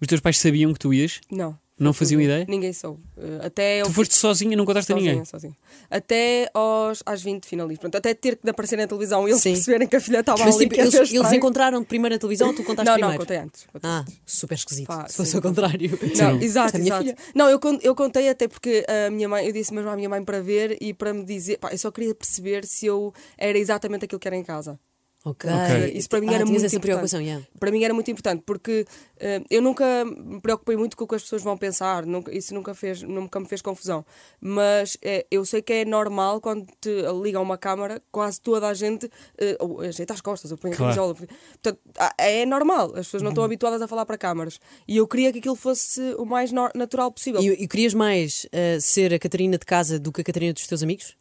Speaker 3: os teus pais sabiam que tu ias,
Speaker 1: Não.
Speaker 3: não faziam
Speaker 1: ninguém-
Speaker 3: ideia?
Speaker 1: Ninguém soube. Eh, até
Speaker 3: Tu
Speaker 1: eu
Speaker 3: foste sozinha, não contaste a ninguém.
Speaker 1: Sozinha, sozinha. Até aos, às 20 finalistas. Pronto, até ter que aparecer na televisão e eles
Speaker 2: Sim.
Speaker 1: perceberem que a filha estava
Speaker 2: Mas
Speaker 1: ali.
Speaker 2: tipo,
Speaker 1: é que ia
Speaker 2: eles,
Speaker 1: ser
Speaker 2: eles
Speaker 1: estranho.
Speaker 2: encontraram primeiro na televisão ou tu contaste
Speaker 1: Não,
Speaker 2: primeiro?
Speaker 1: não, contei antes. contei
Speaker 2: Ah,
Speaker 1: antes.
Speaker 2: super esquisito.
Speaker 1: Pá,
Speaker 2: se fosse
Speaker 1: sim.
Speaker 2: ao contrário.
Speaker 1: Não,
Speaker 3: Sim.
Speaker 1: exato,
Speaker 2: Esta é a minha
Speaker 1: exato.
Speaker 2: filha.
Speaker 1: Não, eu, con- eu contei até porque a minha mãe, eu disse mesmo à minha mãe para ver e para me dizer, pá, eu só queria perceber se eu era exatamente aquilo que era em casa.
Speaker 2: Ok.
Speaker 3: Ok.
Speaker 1: Isso para mim
Speaker 2: Ah,
Speaker 1: era
Speaker 2: tinhas
Speaker 1: muito
Speaker 2: essa
Speaker 1: importante.
Speaker 2: preocupação, yeah.
Speaker 1: Para mim era muito importante porque eh, eu nunca me preocupei muito com o que as pessoas vão pensar, nunca- isso nunca, fez, nunca me fez confusão. Mas eh, eu sei que é normal quando te ligam uma câmara, quase toda a gente eh, ou ajeita as costas, ou põe
Speaker 3: Claro.
Speaker 1: a camisola. Portanto, ah, é normal, as pessoas não estão habituadas a falar para câmaras. E eu queria que aquilo fosse o mais nor- natural possível.
Speaker 2: E, e querias mais ah, ser a Catarina de casa do que a Catarina dos teus amigos?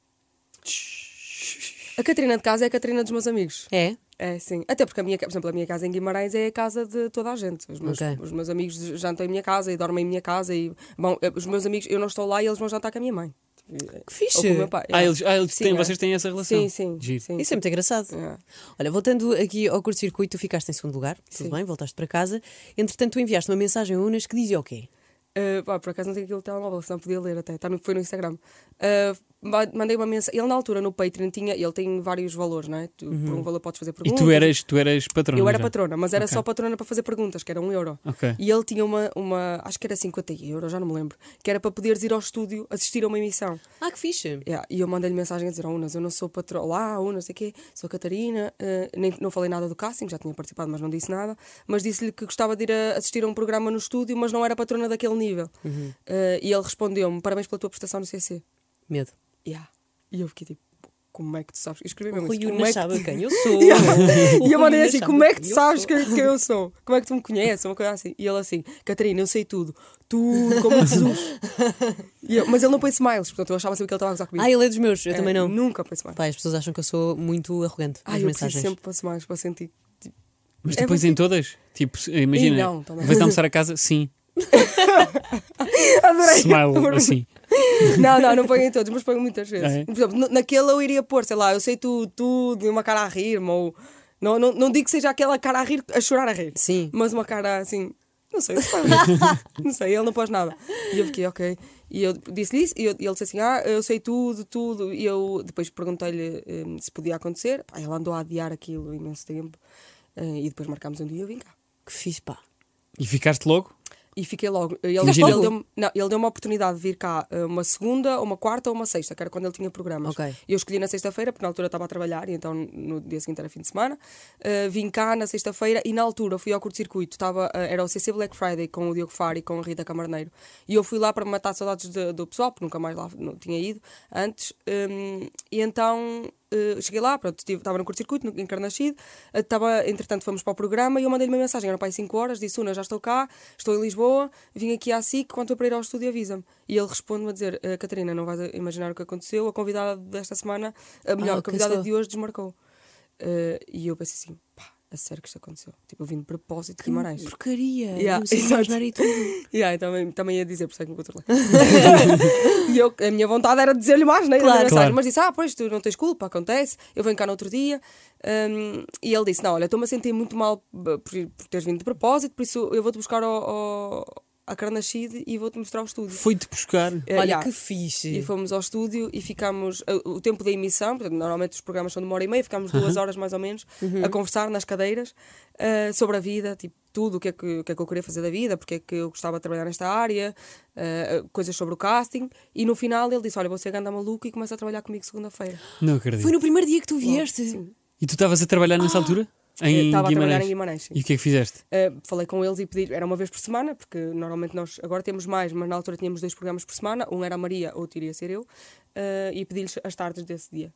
Speaker 1: A Catarina de casa é a Catarina dos meus amigos.
Speaker 2: É.
Speaker 1: É, sim. Até porque, a minha, ca- por exemplo, a minha casa em Guimarães é a casa de toda a gente. Os meus,
Speaker 2: Ok.
Speaker 1: os meus amigos jantam em minha casa e dormem em minha casa. E, bom, eh, os meus amigos, eu não estou lá e eles vão jantar com a minha mãe.
Speaker 2: Que
Speaker 1: Ou
Speaker 2: fixe.
Speaker 1: com o meu pai.
Speaker 3: Ah,
Speaker 1: É.
Speaker 3: eles, ah, eles
Speaker 1: Sim,
Speaker 3: têm,
Speaker 1: é.
Speaker 3: vocês têm essa relação.
Speaker 1: Sim, sim.
Speaker 3: Giro.
Speaker 1: sim.
Speaker 2: Isso é muito engraçado.
Speaker 1: É.
Speaker 2: Olha, voltando aqui ao curto-circuito, tu ficaste em segundo lugar, tudo
Speaker 1: Sim.
Speaker 2: bem, voltaste para casa. Entretanto, tu enviaste uma mensagem a Unas que dizia o quê?
Speaker 1: Eh, pá, por acaso não tenho aquele telemóvel, senão podia ler até. Tá no, foi no Instagram. Eh, ma- mandei uma mensagem. Ele na altura no Patreon tinha, ele tem vários valores, não é? Tu, Por um valor podes fazer
Speaker 3: Uhum. E
Speaker 1: perguntas.
Speaker 3: tu eras, tu eras patrona. então?
Speaker 1: Eu era
Speaker 3: já.
Speaker 1: patrona, mas era
Speaker 3: Ok.
Speaker 1: só patrona para fazer perguntas, que era um euro.
Speaker 3: Ok.
Speaker 1: E ele tinha uma, uma, acho que era 50 euros, já não me lembro, que era para poderes ir ao estúdio assistir a uma emissão.
Speaker 2: Ah, que fixe.
Speaker 1: Yeah, E eu mandei-lhe mensagem a dizer: oh, Unas, eu não sou patrão, olá, Unas, sei quê, sou Catarina. eh, nem, não falei nada do casting, já tinha participado, mas não disse nada. Mas disse-lhe que gostava de ir a assistir a um programa no estúdio, mas não era patrona daquele nível.
Speaker 2: Uhum.
Speaker 1: Eh, e ele respondeu-me: Parabéns pela tua prestação no CC.
Speaker 2: Medo.
Speaker 1: Yeah. E eu fiquei tipo: Como é que tu sabes? Eu Escrevi
Speaker 2: O
Speaker 1: mesmo
Speaker 2: Oh, Rui
Speaker 1: isso,
Speaker 2: Unas
Speaker 1: como é que
Speaker 2: sabe
Speaker 1: tu-
Speaker 2: quem eu sou.
Speaker 1: e eu mandei
Speaker 2: Rui Unas
Speaker 1: assim:
Speaker 2: sabe
Speaker 1: Como é que tu
Speaker 2: quem eu
Speaker 1: sabes
Speaker 2: sou.
Speaker 1: quem, quem eu sou? Como é que tu me conheces? Uma coisa assim. E ele assim: Catarina, eu sei tudo. Tudo, como Jesus. E eu- mas ele não põe smiles, portanto eu achava sempre que ele estava a gozar comigo.
Speaker 2: Ah, ele é dos meus, eu
Speaker 1: É,
Speaker 2: também não.
Speaker 1: Nunca põe smiles.
Speaker 2: Pá, as pessoas acham que eu sou muito arrogante nas
Speaker 1: Ai, eu preciso
Speaker 2: mensagens.
Speaker 1: sempre para mais para sentir. tipo,
Speaker 3: Mas
Speaker 1: É
Speaker 3: depois em todas? Tipo, se- imagina.
Speaker 1: Ih, não, também.
Speaker 3: vais almoçar a casa? Sim.
Speaker 1: Adorei.
Speaker 3: Smile, assim.
Speaker 1: Não, não, não ponho em todos, mas ponho muitas vezes.
Speaker 3: Ah, é?
Speaker 1: Por exemplo, na- naquela eu iria pôr, sei lá, eu sei tudo, tudo, e uma cara a rir-me, ou. Não, não, não digo que seja aquela cara a rir, a chorar a rir.
Speaker 2: Sim.
Speaker 1: Mas uma cara assim. Não sei, se faz rir. não sei, ele não pôs nada. E eu fiquei, ok. E eu disse-lhe isso, e, eu- e ele disse assim: Ah, eu sei tudo, tudo. E eu depois perguntei-lhe hum, se podia acontecer. Pá, ele andou a adiar aquilo imenso tempo. Eh, e depois marcámos um dia e eu vim cá.
Speaker 2: Que fixe, pá.
Speaker 3: E ficaste logo?
Speaker 1: E fiquei logo. Ele,
Speaker 3: Ficaste
Speaker 1: ele
Speaker 3: logo?
Speaker 1: deu-me não, ele deu uma oportunidade de vir cá eh, uma segunda, uma quarta ou uma sexta, que era quando ele tinha programas.
Speaker 2: Ok.
Speaker 1: Eu escolhi na sexta-feira, porque na altura estava a trabalhar, e então no dia seguinte era fim de semana. Eh, vim cá na sexta-feira e na altura fui ao curto-circuito. Estava, eh, era o CC Black Friday com o Diogo Faro e com a Rita Camarneiro. E eu fui lá para matar saudades de- do pessoal, porque nunca mais lá não tinha ido antes. Hum, e então eh, cheguei lá, pronto, estive- estava no curto-circuito, no- em Carnaxide, eh, estava, entretanto fomos para o programa e eu mandei-lhe uma mensagem, era um para aí 5 horas, disse, Una, já estou cá, estou em Lisboa, vim aqui à SIC, quando estou para ir ao estúdio avisa-me. E ele responde-me a dizer, "Eh, Catarina, não vais a- imaginar o que aconteceu, a convidada desta semana, a melhor,
Speaker 2: Ah,
Speaker 1: a convidada
Speaker 2: cancelou.
Speaker 1: de hoje desmarcou. Eh, e eu pensei assim, pá, a sério que isto aconteceu? Tipo, eu vim de propósito de Guimarães.
Speaker 2: Porcaria.
Speaker 1: É Yeah,
Speaker 2: não sei
Speaker 1: exato.
Speaker 2: imaginar e tudo.
Speaker 1: Yeah, eu também, também ia dizer, por isso é que me controlei. e eu, a minha vontade era dizer-lhe mais, né?
Speaker 2: Claro.
Speaker 1: Mensagem,
Speaker 3: Claro.
Speaker 1: Mas disse: Ah, pois tu não tens culpa, acontece, eu venho cá no outro dia. Hum, e ele disse: Não, olha, estou-me a sentir muito mal b- por, por teres vindo de propósito, por isso eu vou-te buscar ao, ao, a Carnaxide e vou-te mostrar o estúdio.
Speaker 3: Foi-te buscar.
Speaker 1: Eh,
Speaker 2: Olha,
Speaker 1: yeah.
Speaker 2: que fixe.
Speaker 1: E fomos ao estúdio e ficámos. eh, O tempo da emissão, portanto, normalmente os programas são de uma hora e meia, ficámos duas horas mais ou menos a conversar nas cadeiras eh, sobre a vida, tipo, tudo, o que, é que, o que é que eu queria fazer da vida, porque é que eu gostava de trabalhar nesta área, eh, coisas sobre o casting. E no final ele disse: Olha, você anda maluco e começa a trabalhar comigo segunda-feira.
Speaker 3: Não acredito.
Speaker 2: Foi no primeiro dia que tu vieste.
Speaker 3: E tu estavas a trabalhar nessa altura?
Speaker 1: Eh,
Speaker 3: Em
Speaker 1: Estava a trabalhar
Speaker 3: Guimarães.
Speaker 1: em Guimarães. sim.
Speaker 3: E o que é que fizeste?
Speaker 1: Uh, falei com eles e pedi, era uma vez por semana, porque normalmente nós agora temos mais, mas na altura tínhamos dois programas por semana, um era a Maria, outro iria ser eu, uh, e pedi-lhes as tardes desse dia.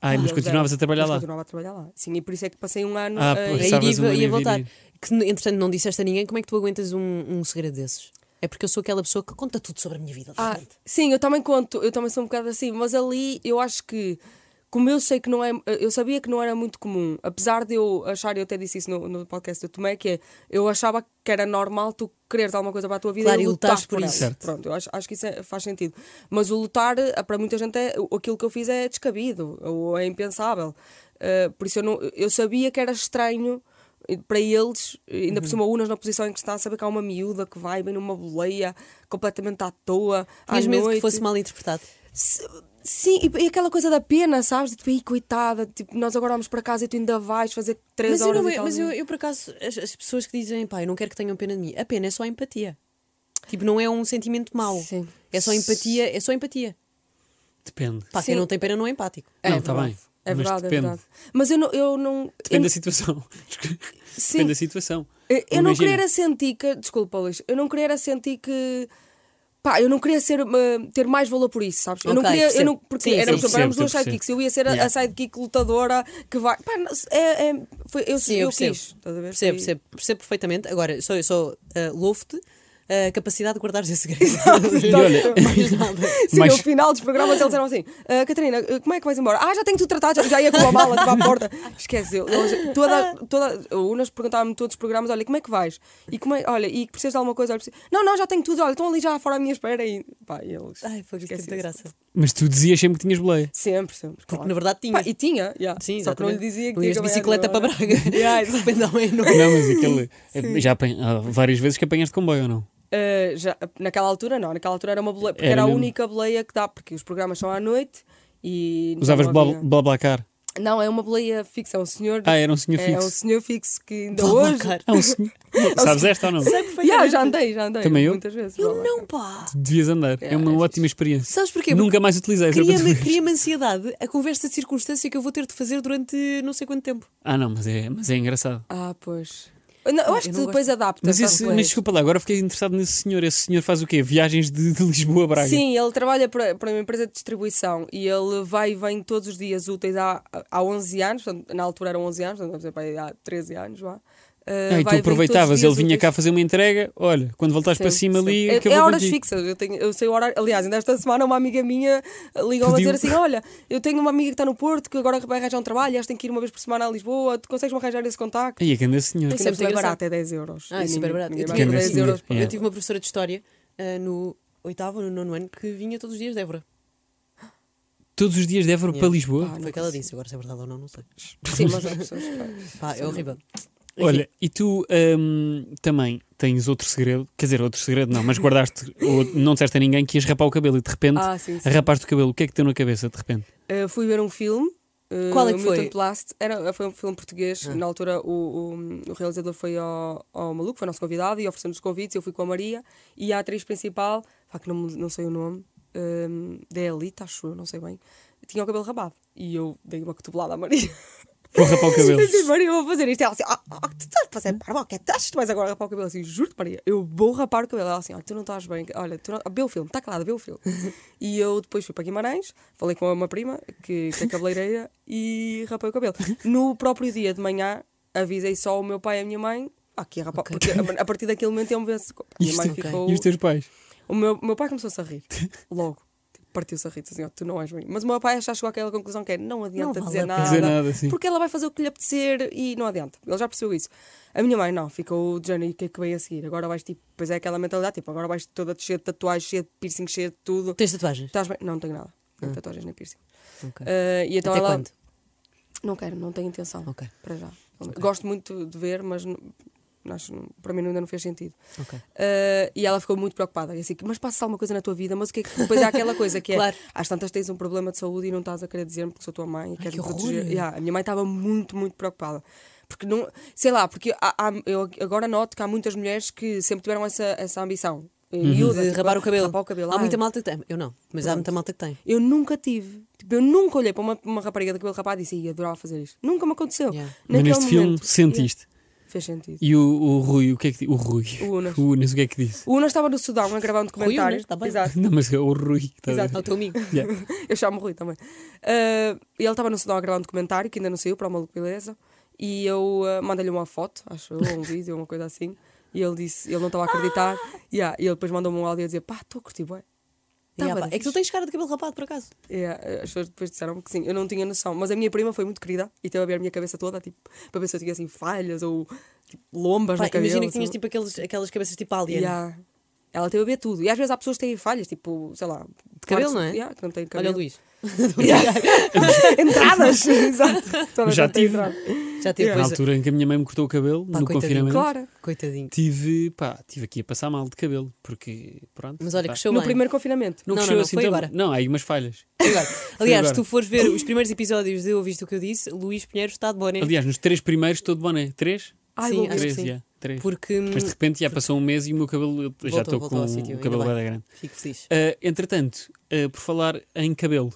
Speaker 3: Ai,
Speaker 1: E
Speaker 3: Ah, mas
Speaker 1: eles
Speaker 3: continuavas
Speaker 1: eram-
Speaker 3: a trabalhar
Speaker 1: é mas
Speaker 3: lá.
Speaker 1: continuava a trabalhar lá. Sim, e por isso é que passei um ano
Speaker 3: Ah,
Speaker 1: uh,
Speaker 3: pois.
Speaker 2: A
Speaker 1: em-
Speaker 2: ir
Speaker 3: Estavas
Speaker 2: e
Speaker 3: a
Speaker 2: vo-
Speaker 3: vir
Speaker 2: e
Speaker 3: e
Speaker 2: a voltar.
Speaker 3: vir.
Speaker 2: Que, entretanto, não disseste a ninguém como é que tu aguentas um, um segredo desses. É porque eu sou aquela pessoa que conta tudo sobre a minha vida. de
Speaker 1: Ah,
Speaker 2: repente.
Speaker 1: sim, eu também conto, eu também sou um bocado assim, mas ali eu acho que, como eu sei que não é, eu sabia que não era muito comum, apesar de eu achar, eu até disse isso no, no podcast do Tomé, que é, eu achava que era normal tu quereres alguma coisa para a tua vida
Speaker 2: Claro,
Speaker 1: e
Speaker 2: e
Speaker 1: lutar
Speaker 2: lutares por isso.
Speaker 1: ela.
Speaker 3: Certo.
Speaker 1: Pronto, eu acho, acho que isso é- faz sentido. Mas o lutar, eh, para muita gente, é, o- aquilo que eu fiz é descabido ou é impensável. Eh, por isso eu, não, eu sabia que era estranho eh, para eles, eh,
Speaker 2: Uhum.
Speaker 1: ainda por cima, unas na posição em que está, saber que há uma miúda que vai bem numa boleia, completamente à toa. à
Speaker 2: Tinhas medo
Speaker 1: noite.
Speaker 2: que fosse mal interpretado.
Speaker 1: Se- Sim, e, e aquela coisa da pena, sabes? De tipo, aí coitada, tipo, nós agora vamos para casa e tu ainda vais fazer três
Speaker 2: Mas, eu,
Speaker 1: horas.
Speaker 2: não, é,
Speaker 1: e tal.
Speaker 2: mas eu, eu, por acaso, as, as pessoas que dizem, pá, eu não quero que tenham pena de mim, a pena é só a empatia. Tipo, não é um sentimento mau.
Speaker 1: Sim.
Speaker 2: É só empatia, é só empatia.
Speaker 3: Depende.
Speaker 2: Pá, quem
Speaker 1: Sim.
Speaker 2: não tem pena não é empático.
Speaker 3: não, está bem.
Speaker 1: É
Speaker 3: Mas
Speaker 1: verdade, é
Speaker 3: depende.
Speaker 1: verdade. Mas eu não. Eu não
Speaker 3: Depende
Speaker 1: eu-
Speaker 3: da situação.
Speaker 1: sim.
Speaker 3: Depende da situação.
Speaker 1: Eu, eu não
Speaker 3: Imagina.
Speaker 1: queria era sentir que. Desculpa, Luís. Eu não queria era sentir que. Pá, eu não queria ser, eh, ter mais valor por isso, sabes? eu não
Speaker 2: Ok,
Speaker 1: queria. Eu
Speaker 2: percebo.
Speaker 1: não, porque
Speaker 2: Sim,
Speaker 3: sim,
Speaker 1: éramos,
Speaker 3: percebo,
Speaker 1: éramos duas
Speaker 3: percebo.
Speaker 1: sidekicks. Eu ia ser a- a,
Speaker 3: Yeah.
Speaker 1: sidekick lutadora que vai. Pá, não- é, é- foi, eu,
Speaker 2: Sim,
Speaker 1: eu,
Speaker 2: eu percebo.
Speaker 1: quis. Estás a ver?
Speaker 2: Percebo,
Speaker 1: Foi-
Speaker 2: percebo, percebo perfeitamente. Agora, só, eu só ah, louvo-te a capacidade de guardares esse segredo.
Speaker 3: E olha,
Speaker 2: Mais nada.
Speaker 1: Sim,
Speaker 3: Mas-
Speaker 1: no final dos programas eles eram assim: "Ah, Catarina, ah, como é que vais embora? Ah, já tenho tudo tratado, já, já ia com a mala tipo, à porta. Esquece, eu, eles-
Speaker 2: Ah.
Speaker 1: toda, toda, o Unas perguntava-me todos os programas: olha, como é que vais? E como é, olha, e precisas de alguma coisa? Olha, preciso- não, não, já tenho tudo, olha, estão ali já fora à minha espera. E, pá, e eles.
Speaker 2: Ai, foi
Speaker 1: esquece
Speaker 2: muita
Speaker 1: isso.
Speaker 2: graça.
Speaker 3: mas tu dizias sempre que tinhas boleia.
Speaker 1: Sempre, sempre.
Speaker 2: Porque
Speaker 1: claro.
Speaker 2: na verdade tinha.
Speaker 1: Pá, e tinha, yeah.
Speaker 2: Sim,
Speaker 1: só que não lhe
Speaker 2: exatamente.
Speaker 1: dizia que
Speaker 2: Não ias
Speaker 1: tinha
Speaker 2: de bicicleta para
Speaker 1: caminhado,
Speaker 2: Braga.
Speaker 1: não é? Yeah,
Speaker 2: De repente à meia-noite.
Speaker 3: Não, mas aquele. Já apanha- há várias vezes que apanhaste comboio ou não?
Speaker 1: Uh, já, naquela altura, não, naquela altura era uma boleia, porque
Speaker 3: Era
Speaker 1: era, a
Speaker 3: mesmo.
Speaker 1: única boleia que dá, porque os programas são à noite e. não
Speaker 3: Usavas
Speaker 1: havia-
Speaker 3: blá, Blablacar.
Speaker 1: Não, é uma boleia fixa, é um senhor.
Speaker 3: Ah, era um senhor
Speaker 1: é
Speaker 3: fixo.
Speaker 1: um senhor fixo que ainda hoje.
Speaker 2: Blablacar.
Speaker 3: Ah, um senhor. Sabes esta ou não?
Speaker 2: Sei
Speaker 1: Yeah,
Speaker 2: perfeitamente.
Speaker 1: já andei, já andei.
Speaker 3: Também eu?
Speaker 1: Muitas vezes.
Speaker 2: Eu
Speaker 1: Blablacar.
Speaker 2: não, pá.
Speaker 3: Devias andar. É,
Speaker 1: É,
Speaker 3: uma
Speaker 1: é
Speaker 3: ótima experiência.
Speaker 2: Sabes porquê?
Speaker 3: Nunca mais utilizei. era para tu
Speaker 2: Cria-me
Speaker 3: ver.
Speaker 2: cria ansiedade a conversa de circunstância que eu vou ter de fazer durante não sei quanto tempo.
Speaker 3: Ah, não, mas é, mas é engraçado.
Speaker 1: Ah, pois. Eu não- eu
Speaker 2: Ah,
Speaker 1: acho
Speaker 2: eu
Speaker 1: que
Speaker 2: não
Speaker 1: depois adapta.
Speaker 3: Mas,
Speaker 1: sabe, é?
Speaker 3: esse,
Speaker 1: depois.
Speaker 3: mas desculpa lá, agora fiquei interessado nesse senhor. Esse senhor faz o quê? Viagens de, de Lisboa a Braga.
Speaker 1: Sim, ele trabalha para, para uma empresa de distribuição e ele vai e vem todos os dias úteis há, há 11 anos, portanto, na altura eram 11 anos, portanto, vamos dizer, pá, aí há 13 anos lá.
Speaker 3: Ah, e tu aproveitavas, ele vinha cá fazer uma entrega. Olha, quando voltares para cima ali,
Speaker 1: É,
Speaker 3: que eu
Speaker 1: é
Speaker 3: vou
Speaker 1: horas
Speaker 3: contigo.
Speaker 1: fixas, eu, tenho, eu sei o horário. Aliás, ainda esta semana uma amiga minha ligou-me a
Speaker 3: Pediu.
Speaker 1: dizer assim: Olha, eu tenho uma amiga que está no Porto que agora vai arranjar um trabalho, acho que tem que ir uma vez por semana a Lisboa, tu consegues-me arranjar esse contacto?
Speaker 3: Aí é que anda esse senhor.
Speaker 1: Isso
Speaker 2: é
Speaker 1: é
Speaker 2: muito
Speaker 1: muito
Speaker 2: engraçado.
Speaker 1: barato, é 10 euros.
Speaker 2: Ah, é
Speaker 1: E
Speaker 2: super
Speaker 1: ninguém-
Speaker 2: barato. Eu tive,
Speaker 1: ninguém vai-
Speaker 3: Pequeno
Speaker 2: uma-
Speaker 1: 10 euros.
Speaker 3: senhor.
Speaker 2: eu tive uma professora de história ah, no oitavo ou no nono ano que vinha todos os dias de Évora.
Speaker 3: Todos os dias de Évora para Lisboa.
Speaker 1: Ah,
Speaker 2: Foi o que ela disse. Agora se é verdade ou não, não sei.
Speaker 1: Sim, mas há pessoas que fazem.
Speaker 2: Pá, é horrível.
Speaker 3: Olha, e tu hum, também tens outro segredo, quer dizer, outro segredo não, mas guardaste, ou não disseste a ninguém que ias rapar o cabelo e de repente
Speaker 1: Ah, sim, sim.
Speaker 3: rapaste o cabelo. O que é que teu na cabeça de repente?
Speaker 1: Uh, fui ver um filme. uh,
Speaker 2: Qual é que
Speaker 1: o
Speaker 2: foi? Ah.
Speaker 1: Milton Plast. Era, foi um filme português. Na altura, o, o, o realizador foi ao, ao maluco, foi nosso convidado, e ofereceu-nos os convites. Eu fui com a Maria e a atriz principal, pá, que não, me- não sei o nome, um, da Elita, acho eu, não sei bem, tinha o cabelo rabado. E eu dei uma cotovelada à Maria.
Speaker 3: Vou rapar o cabelo.
Speaker 1: Eu disse, Maria, eu vou fazer isto. E Ela assim, ah, ah, tu estás a fazer parvo, o que é que estás? Tu vais agora rapar o cabelo. Eu Assim, juro-te, Maria, eu vou rapar o cabelo. Ela assim, olha, tu não estás bem. Olha, tu não... ah, vê o filme, está calada, vê o filme. e eu depois fui para Guimarães, falei com uma prima, que, que é cabeleireira, e rapei o cabelo. No próprio dia de manhã, avisei só o meu pai e a minha mãe. Ah, que ia rapar,
Speaker 2: Ok.
Speaker 1: porque a, a partir daquele momento eu me venço. A minha
Speaker 3: Isto- é
Speaker 1: mãe
Speaker 2: ok.
Speaker 1: ficou.
Speaker 3: E os teus pais?
Speaker 1: O meu, o meu pai começou-se a rir, logo. Tipo, Partiu-se a rir, disse assim, ó, tu não és bem. Mas o meu pai já chegou àquela conclusão que é, não adianta
Speaker 2: vale a
Speaker 1: dizer,
Speaker 2: pena.
Speaker 1: nada,
Speaker 3: Dizer nada, sim.
Speaker 1: porque ela vai fazer o que lhe apetecer e não adianta. Ele já percebeu isso. A minha mãe, não, ficou de género, e o que é que vem a seguir? Agora vais, tipo, pois é aquela mentalidade, tipo, agora vais toda cheia de tatuagens, cheia de piercing, cheia de tudo.
Speaker 2: Tens tatuagens?
Speaker 1: Estás bem? Não, não tenho nada. Nem tatuagens, nem piercing.
Speaker 2: Ok.
Speaker 1: Ah, e então
Speaker 2: Ah. Até
Speaker 1: ela...
Speaker 2: quando?
Speaker 1: Não quero, não tenho intenção.
Speaker 2: Ok.
Speaker 1: Para já. Gosto muito de ver, mas não- acho- para mim ainda não fez sentido.
Speaker 2: Ok.
Speaker 1: Uh, e ela ficou muito preocupada. E assim, mas passa alguma coisa na tua vida, mas o que é que depois há aquela coisa que é
Speaker 2: Claro.
Speaker 1: às tantas tens um problema de saúde e não estás a querer dizer-me porque sou tua mãe e quero
Speaker 2: que horror.
Speaker 1: proteger. Yeah, a minha mãe estava muito, muito preocupada. Porque não, sei lá, porque há- há- eu agora noto que há muitas mulheres que sempre tiveram essa, essa ambição. Miúda,
Speaker 2: Uhum. De
Speaker 1: tipo,
Speaker 2: rabar o cabelo.
Speaker 1: rapar o cabelo.
Speaker 2: Há
Speaker 1: Ah,
Speaker 2: muita malta que tem. Eu não, mas há muita malta que tem.
Speaker 1: eu nunca tive. Tipo, eu nunca olhei para uma, uma rapariga daquele rapaz e disse, "Ih, adorava fazer isto. Nunca me aconteceu.
Speaker 2: Yeah.
Speaker 3: Mas
Speaker 1: Naquele
Speaker 3: neste filme
Speaker 1: momento.
Speaker 3: sentiste.
Speaker 1: Yeah, fez sentido.
Speaker 3: E o, o Rui, o que é que di- O Rui.
Speaker 1: O Unas.
Speaker 3: O Unas, o que é que disse?
Speaker 1: O Una estava no Sudão a gravar um documentário.
Speaker 2: Unas, tá bem.
Speaker 1: Exato.
Speaker 3: Não, mas é o Rui. tá a ver?
Speaker 1: Exato.
Speaker 2: É o teu amigo.
Speaker 3: Yeah.
Speaker 1: Eu chamo Rui também. Ah, e ele estava no Sudão a gravar um documentário que ainda não saiu para o Maluco Beleza. E eu ah, mandei-lhe uma foto, acho eu, ou um vídeo, uma coisa assim. E ele disse, ele não estava a acreditar.
Speaker 2: Ah!
Speaker 1: Yeah, e ele depois mandou-me um áudio a dizer: pá, estou a curtir, bué. Tá
Speaker 2: Yeah,
Speaker 1: bué
Speaker 2: pá,
Speaker 1: da
Speaker 2: é que tu
Speaker 1: fixe."
Speaker 2: tens cara de cabelo rapado, por acaso.
Speaker 1: Yeah, É, as pessoas depois disseram que sim, eu não tinha noção. Mas a minha prima foi muito querida e teve a ver a minha cabeça toda, tipo, para ver se eu tinha assim falhas ou tipo, lombas
Speaker 2: Pá,
Speaker 1: no cabelo.
Speaker 2: imagina que tinhas
Speaker 1: assim.
Speaker 2: tipo aqueles, aquelas cabeças tipo alien.
Speaker 1: Yeah. Ela teve a ver tudo. E às vezes há pessoas que têm falhas, tipo, sei lá. De
Speaker 2: cabelo, não é?
Speaker 1: Yeah, que não têm cabelo.
Speaker 2: Olha o Luís.
Speaker 1: Yeah. Entradas, exato. Toda a
Speaker 3: Já
Speaker 1: gente tem
Speaker 3: tive.
Speaker 1: entrada.
Speaker 2: Já teve
Speaker 3: Na
Speaker 2: coisa.
Speaker 3: altura em que a minha mãe me cortou o cabelo,
Speaker 2: Pá,
Speaker 3: no
Speaker 2: coitadinho.
Speaker 3: confinamento,
Speaker 1: Claro.
Speaker 2: Coitadinho.
Speaker 3: tive, pá, tive aqui a passar mal de cabelo. Porque, pronto.
Speaker 2: Mas olha,
Speaker 3: pá,
Speaker 2: cresceu
Speaker 1: No
Speaker 2: bem.
Speaker 1: primeiro confinamento.
Speaker 3: Não,
Speaker 2: Não,
Speaker 3: cresceu
Speaker 2: não, não,
Speaker 3: assim
Speaker 2: foi
Speaker 3: tão-
Speaker 2: agora.
Speaker 3: Não, há aí umas falhas.
Speaker 2: Agora, Aliás, se
Speaker 3: agora.
Speaker 2: tu fores ver os primeiros episódios de Ouviste o que eu disse, Luís Pinheiro está de boné.
Speaker 3: Aliás, nos três primeiros estou de boné. Três?
Speaker 1: Ai,
Speaker 2: Sim,
Speaker 1: vou ver.
Speaker 2: Ah, acho que
Speaker 3: três,
Speaker 2: sim.
Speaker 3: já, três.
Speaker 2: porque hum,
Speaker 3: Mas de repente já passou um mês e o meu cabelo, eu
Speaker 2: Voltou-
Speaker 3: já estou
Speaker 2: voltou
Speaker 3: com
Speaker 2: ao sítio,
Speaker 3: o cabelo
Speaker 2: ainda
Speaker 3: bem
Speaker 2: bem.
Speaker 3: grande.
Speaker 2: fico feliz.
Speaker 3: Ah, entretanto, ah, por falar em cabelo,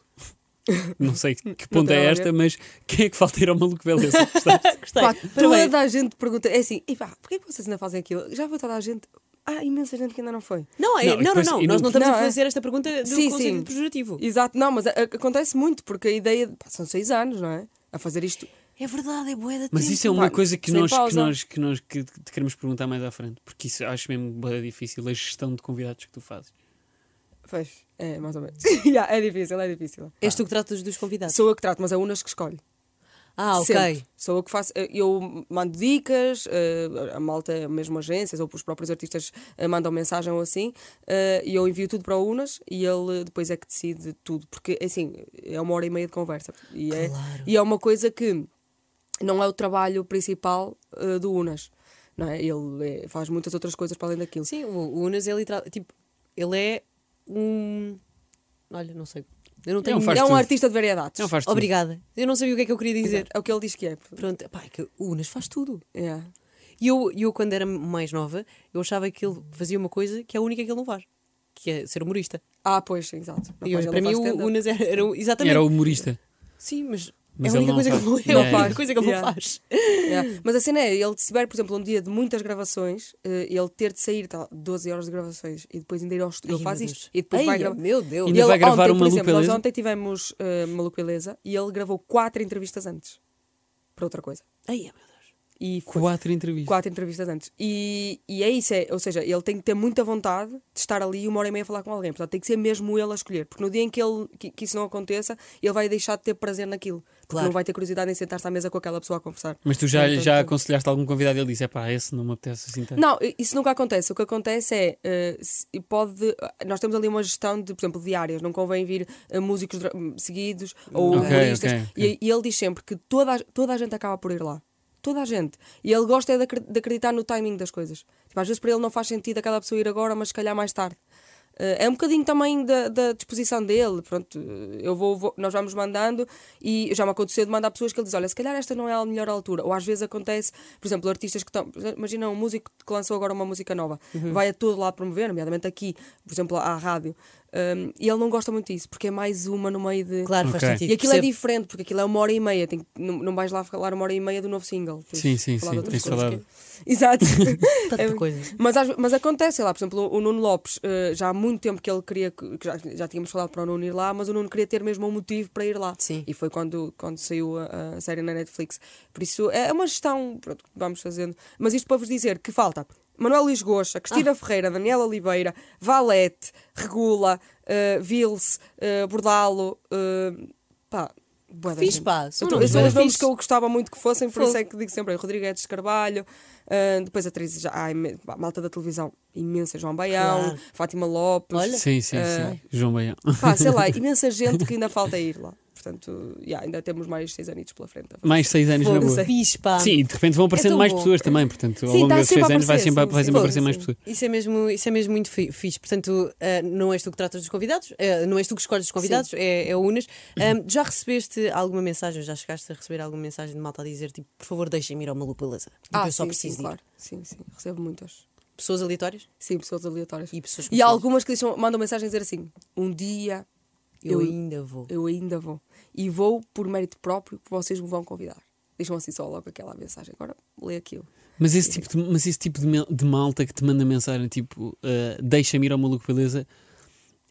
Speaker 3: não sei que
Speaker 1: Não
Speaker 3: ponto
Speaker 1: tem
Speaker 3: é
Speaker 1: nada a
Speaker 3: esta, mas quem é que falta ir ao maluco beleza? Gostaste?
Speaker 2: Gostei.
Speaker 1: Pá,
Speaker 2: Parabéns.
Speaker 1: toda a gente pergunta. É assim, e pá, porquê que vocês ainda fazem aquilo? Já foi toda a gente. Há imensa gente que ainda não foi.
Speaker 2: Não, é,
Speaker 3: Não,
Speaker 2: não,
Speaker 3: e
Speaker 2: não,
Speaker 3: depois-
Speaker 2: não,
Speaker 3: e
Speaker 2: Nós
Speaker 3: no-
Speaker 2: não estamos a
Speaker 1: Não, é.
Speaker 2: fazer esta pergunta do
Speaker 1: Sim,
Speaker 2: conceito
Speaker 1: sim.
Speaker 2: pejorativo.
Speaker 1: Exato, não, mas a- a- acontece muito, porque a ideia. pá, são seis anos, não é? A fazer isto.
Speaker 2: É verdade, é boa da
Speaker 3: Mas isso é uma
Speaker 1: Pá,
Speaker 3: coisa que
Speaker 1: sem
Speaker 3: nós, que
Speaker 1: pausa.
Speaker 3: nós, que nós que te queremos perguntar mais à frente, porque isso acho mesmo bué difícil, a gestão de convidados que tu fazes.
Speaker 1: Pois, é, mais ou menos. Yeah, é difícil, é difícil.
Speaker 2: És tu que tratas dos convidados.
Speaker 1: Sou eu que trato, mas é Unas que escolhe.
Speaker 2: Ah, ok.
Speaker 1: Sempre. Sou eu que faço. eh, Eu mando dicas, eh, a malta, mesmo agências ou os próprios artistas eh, mandam mensagem ou assim, eh, e eu envio tudo para o Unas e ele depois é que decide tudo, porque assim, é uma hora e meia de conversa. E, é,
Speaker 2: Claro.
Speaker 1: e é uma coisa que não é o trabalho principal eh, do Unas. não é? Ele é- faz muitas outras coisas para além daquilo.
Speaker 2: Sim, o, o Unas é literal. Tipo, ele é um. Olha, não sei. Eu não tenho.
Speaker 3: Não faz
Speaker 1: é um
Speaker 3: tudo.
Speaker 1: artista de variedades.
Speaker 3: Não faz tudo.
Speaker 2: Obrigada. Eu não sabia o que é que eu queria dizer.
Speaker 1: É o que ele diz que é.
Speaker 2: Pronto, pá, é que o Unas faz tudo.
Speaker 1: É.
Speaker 2: E eu, eu, quando era mais nova, eu achava que ele fazia uma coisa que é a única que ele não faz, que é ser humorista.
Speaker 1: Ah, pois, exato. Não,
Speaker 2: E
Speaker 1: pois,
Speaker 2: eu,
Speaker 1: ele
Speaker 2: para
Speaker 1: não
Speaker 2: mim,
Speaker 1: faz
Speaker 2: o
Speaker 1: stand-up.
Speaker 2: Unas era, era o- exatamente.
Speaker 3: Era humorista.
Speaker 2: Sim, mas,
Speaker 3: Mas
Speaker 2: é a única
Speaker 3: ele não
Speaker 2: coisa que
Speaker 3: faz.
Speaker 2: ele
Speaker 3: Não
Speaker 2: é a única
Speaker 3: faz.
Speaker 2: coisa que ele
Speaker 1: Yeah.
Speaker 2: não faz.
Speaker 1: É. Mas a cena é, ele se tiver, por exemplo, um dia de muitas gravações, eh, ele ter de sair tá, 12 horas de gravações e depois ainda ir ao estúdio. Ele
Speaker 2: Ai,
Speaker 1: faz
Speaker 2: meu
Speaker 1: isto
Speaker 2: Deus.
Speaker 1: e depois
Speaker 2: Ai,
Speaker 1: vai gravar.
Speaker 2: Meu Deus.
Speaker 1: E
Speaker 3: Ainda vai
Speaker 1: ele
Speaker 3: gravar
Speaker 1: ontem,
Speaker 3: uma
Speaker 1: por exemplo, nós
Speaker 3: Lupeleza?
Speaker 1: ontem tivemos uh, uma Lupeleza e ele gravou quatro entrevistas antes para outra coisa.
Speaker 2: Ai, meu Deus.
Speaker 1: E foi
Speaker 3: Quatro entrevistas.
Speaker 1: quatro entrevistas antes. E, e é isso, é, ou seja, ele tem que ter muita vontade de estar ali uma hora e meia a falar com alguém. Portanto, tem que ser mesmo ele a escolher. Porque no dia em que, ele, que, que isso não aconteça, ele vai deixar de ter prazer naquilo. Porque
Speaker 2: Claro.
Speaker 1: não vai ter curiosidade em sentar-se à mesa com aquela pessoa a conversar.
Speaker 3: Mas tu já,
Speaker 1: Portanto,
Speaker 3: já aconselhaste algum convidado e ele disse: é pá, esse não me apetece assim tanto.
Speaker 1: Não, i- isso nunca acontece. O que acontece é, eh, se- pode. Nós temos ali uma gestão de, por exemplo, diárias, não convém vir eh, músicos dra- seguidos ou
Speaker 3: Ok,
Speaker 1: humoristas.
Speaker 3: ok,
Speaker 1: E- E, ele diz sempre que toda a, toda a gente acaba por ir lá. Toda a gente. E ele gosta é de, acre- de acreditar no timing das coisas. Tipo, às vezes para ele não faz sentido aquela pessoa ir agora, mas se calhar mais tarde. Eh, é um bocadinho também da, da disposição dele. Pronto, eh, eu vou, vou- nós vamos mandando e já me aconteceu de mandar pessoas que ele diz: Olha, se calhar esta não é a melhor altura. Ou às vezes acontece, por exemplo, artistas que estão. Imagina um músico que lançou agora uma música nova,
Speaker 2: Uhum.
Speaker 1: vai a todo lado promover, nomeadamente aqui, por exemplo, à rádio. Um, e ele não gosta muito disso, porque é mais uma no meio de.
Speaker 2: Claro,
Speaker 3: Ok.
Speaker 2: faz sentido.
Speaker 1: E aquilo é
Speaker 2: percebo.
Speaker 1: diferente, porque aquilo é uma hora e meia. Tem, que- não, não vais lá falar uma hora e meia do novo single. Tens
Speaker 3: Sim,
Speaker 1: de
Speaker 3: sim,
Speaker 1: falar
Speaker 3: sim,
Speaker 1: de
Speaker 3: tens
Speaker 1: outras
Speaker 3: de
Speaker 1: coisas
Speaker 3: falar.
Speaker 1: que- é. Exato.
Speaker 2: Tanta
Speaker 1: É-
Speaker 2: coisa.
Speaker 1: Mas, às- mas acontece, sei lá, por exemplo, o Nuno Lopes, eh, já há muito tempo que ele queria, que que já, já tínhamos falado para o Nuno ir lá, mas o Nuno queria ter mesmo um motivo para ir lá.
Speaker 2: Sim.
Speaker 1: E foi quando, quando saiu a, a série na Netflix. Por isso é uma gestão pronto, que vamos fazendo. Mas isto para vos dizer que falta Manuel Luís Goxa, Cristina
Speaker 2: Ah.
Speaker 1: Ferreira, Daniela Oliveira, Valete, Regula, eh, Vils, eh, Bordalo. eh, pá, bué da
Speaker 2: Fiz,
Speaker 1: gente.
Speaker 2: pá,
Speaker 1: Não,
Speaker 2: são
Speaker 3: Então,
Speaker 1: não,
Speaker 2: todos
Speaker 1: Então, São
Speaker 2: bué
Speaker 1: os nomes
Speaker 2: fixe.
Speaker 1: que eu gostava muito que fossem, por
Speaker 2: Fogo.
Speaker 1: isso é que digo sempre: aí, Rodrigues de Carvalho, ah, depois atrizes, já, há imen- pá, malta da televisão imensa, João Baião,
Speaker 2: Claro.
Speaker 1: Fátima Lopes,
Speaker 2: Olha.
Speaker 3: Sim, sim,
Speaker 1: Ah.
Speaker 3: sim. João Baião.
Speaker 1: pá, sei lá, imensa gente que ainda falta ir lá. Portanto, yeah, ainda temos mais seis anitos pela frente.
Speaker 3: Mais seis anos na
Speaker 2: Fogo,
Speaker 3: é boa.
Speaker 2: fixe, pá.
Speaker 3: Sim, e de repente vão aparecendo
Speaker 2: tão
Speaker 3: mais
Speaker 2: bom.
Speaker 3: pessoas também, portanto, ao
Speaker 1: É Sim,
Speaker 3: longo
Speaker 1: tá
Speaker 3: desses
Speaker 1: sempre
Speaker 3: seis
Speaker 1: a
Speaker 3: anos vai
Speaker 1: aparecer,
Speaker 3: sempre,
Speaker 1: sim,
Speaker 3: vai sempre
Speaker 1: sim.
Speaker 3: aparecer mais
Speaker 1: Sim.
Speaker 3: pessoas.
Speaker 2: Isso é mesmo, isso é mesmo muito fi- fixe. Portanto, ah, não és tu que tratas dos convidados, ah, não és tu que escolhes os convidados, é, é o Unas. Ah, já recebeste alguma mensagem, já chegaste a receber alguma mensagem de malta a dizer tipo, por favor, deixem-me ir ao Maluco Beleza? Tipo, eu só
Speaker 1: Ah, sim,
Speaker 2: preciso
Speaker 1: sim,
Speaker 2: de ir.
Speaker 1: claro. Sim, sim, recebo muitas.
Speaker 2: Pessoas aleatórias?
Speaker 1: Sim, pessoas aleatórias.
Speaker 2: E pessoas
Speaker 1: E
Speaker 2: conhecidas.
Speaker 1: há algumas que deixam, mandam mensagem a dizer assim: um dia
Speaker 2: Eu,
Speaker 1: Eu-
Speaker 2: ainda vou.
Speaker 1: eu ainda vou. E vou por mérito próprio, que vocês me vão convidar. Deixam assim só logo aquela mensagem. Agora lê aquilo.
Speaker 3: Mas esse tipo, de, mas esse tipo de, mel- de malta que te manda mensagem tipo ah, deixa-me ir ao maluco beleza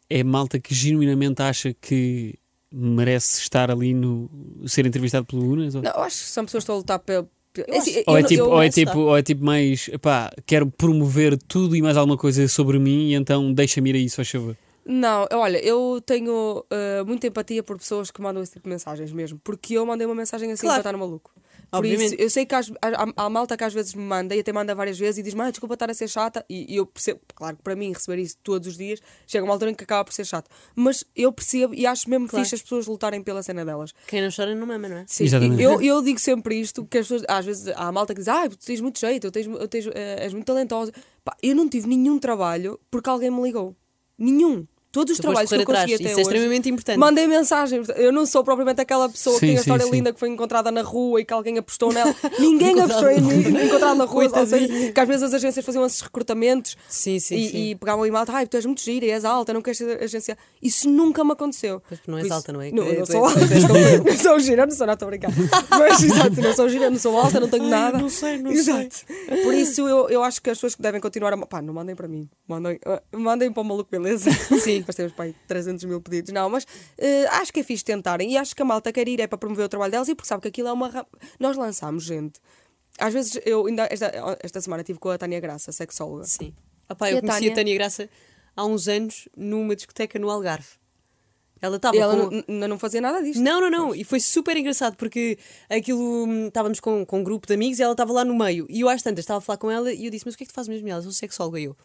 Speaker 3: é malta que genuinamente acha que merece estar ali no ser entrevistado pelo Unas? Ou,
Speaker 1: Não, eu acho que são pessoas que estão a lutar pelo. pelo-
Speaker 2: Eu
Speaker 1: assim,
Speaker 2: acho-
Speaker 1: eu
Speaker 3: ou é,
Speaker 1: não-
Speaker 3: tipo,
Speaker 1: eu-
Speaker 3: ou, é
Speaker 2: merece
Speaker 3: tipo, ou é tipo mais pá, quero promover tudo e mais alguma coisa sobre mim, e então deixa-me ir a isso, faz favor.
Speaker 1: Não, eu- olha, eu tenho eh, muita empatia por pessoas que mandam esse tipo de mensagens mesmo, porque eu mandei uma mensagem assim
Speaker 2: Claro.
Speaker 1: para estar maluco. Por
Speaker 2: Obviamente.
Speaker 1: isso, eu sei que às- há, há- há malta que às vezes me manda e até manda várias vezes e diz-me, ah, desculpa estar a ser chata, e, e eu percebo, claro que para mim receber isso todos os dias chega uma altura em que acaba por ser chato, mas eu percebo e acho mesmo
Speaker 2: Claro.
Speaker 1: fixe as pessoas lutarem pela cena delas.
Speaker 2: Quem não chora não mama, não é?
Speaker 1: Sim,
Speaker 3: Exatamente.
Speaker 1: eu, eu digo sempre isto, que as pessoas, às vezes há malta que diz, ah, tu tens muito jeito, eu tens, eu tens, eh, és muito talentosa. Pá, eu não tive nenhum trabalho porque alguém me ligou. Nenhum. Todos os
Speaker 2: Tu foste
Speaker 1: trabalhos que eu
Speaker 2: correr atrás,
Speaker 1: consegui até
Speaker 2: isso é
Speaker 1: hoje.
Speaker 2: extremamente importante.
Speaker 1: Mandei mensagem. Eu não sou propriamente aquela pessoa
Speaker 3: Sim,
Speaker 1: que tem a
Speaker 3: sim,
Speaker 1: história
Speaker 3: sim.
Speaker 1: linda que foi encontrada na rua e que alguém apostou nela. Ninguém apostou em mim, encontrada na rua. ou seja, que às vezes as agências faziam esses recrutamentos
Speaker 2: Sim, sim,
Speaker 1: e,
Speaker 2: sim.
Speaker 1: e pegavam em malta, ai, tu és muito gira, e és alta, não queres ser agência. Isso nunca me aconteceu.
Speaker 2: Pois, porque não
Speaker 1: Por
Speaker 2: és
Speaker 1: isso-
Speaker 2: alta, não é?
Speaker 1: Não,
Speaker 2: É,
Speaker 1: eu não
Speaker 2: tu
Speaker 1: sou
Speaker 2: és-
Speaker 1: alta, estou- não sou gira, não sou nada, estou a brincar. Mas exato, não sou gira, não sou alta, não tenho
Speaker 2: Ai,
Speaker 1: nada.
Speaker 2: não sei, não
Speaker 1: exato. Por isso eu, eu acho que as pessoas que devem continuar a. ma- Pá, não mandem para mim, mandem, ah, mandem para o maluco, beleza? Sim. Nós temos pá, aí 300 mil pedidos, não, mas eh, acho que é fixe tentarem e acho que a malta quer ir é para promover o trabalho delas e porque sabe que aquilo é uma. ra- Nós lançámos gente. Às vezes eu ainda esta, esta semana estive com a Tânia Graça, sexóloga.
Speaker 2: Sim. Opá,
Speaker 1: E
Speaker 2: eu
Speaker 1: a
Speaker 2: conheci a
Speaker 1: Tânia?
Speaker 2: Tânia Graça há uns anos numa discoteca no Algarve. Ela estava
Speaker 1: E ela
Speaker 2: com...
Speaker 1: não, não- não fazia nada disto.
Speaker 2: Não, não, não. E foi super engraçado porque aquilo hum, estávamos com, com um grupo de amigos e ela estava lá no meio. E eu às tantas estava a falar com ela e eu disse: Mas o que é que tu fazes mesmo? E ela, sou sexóloga. E eu.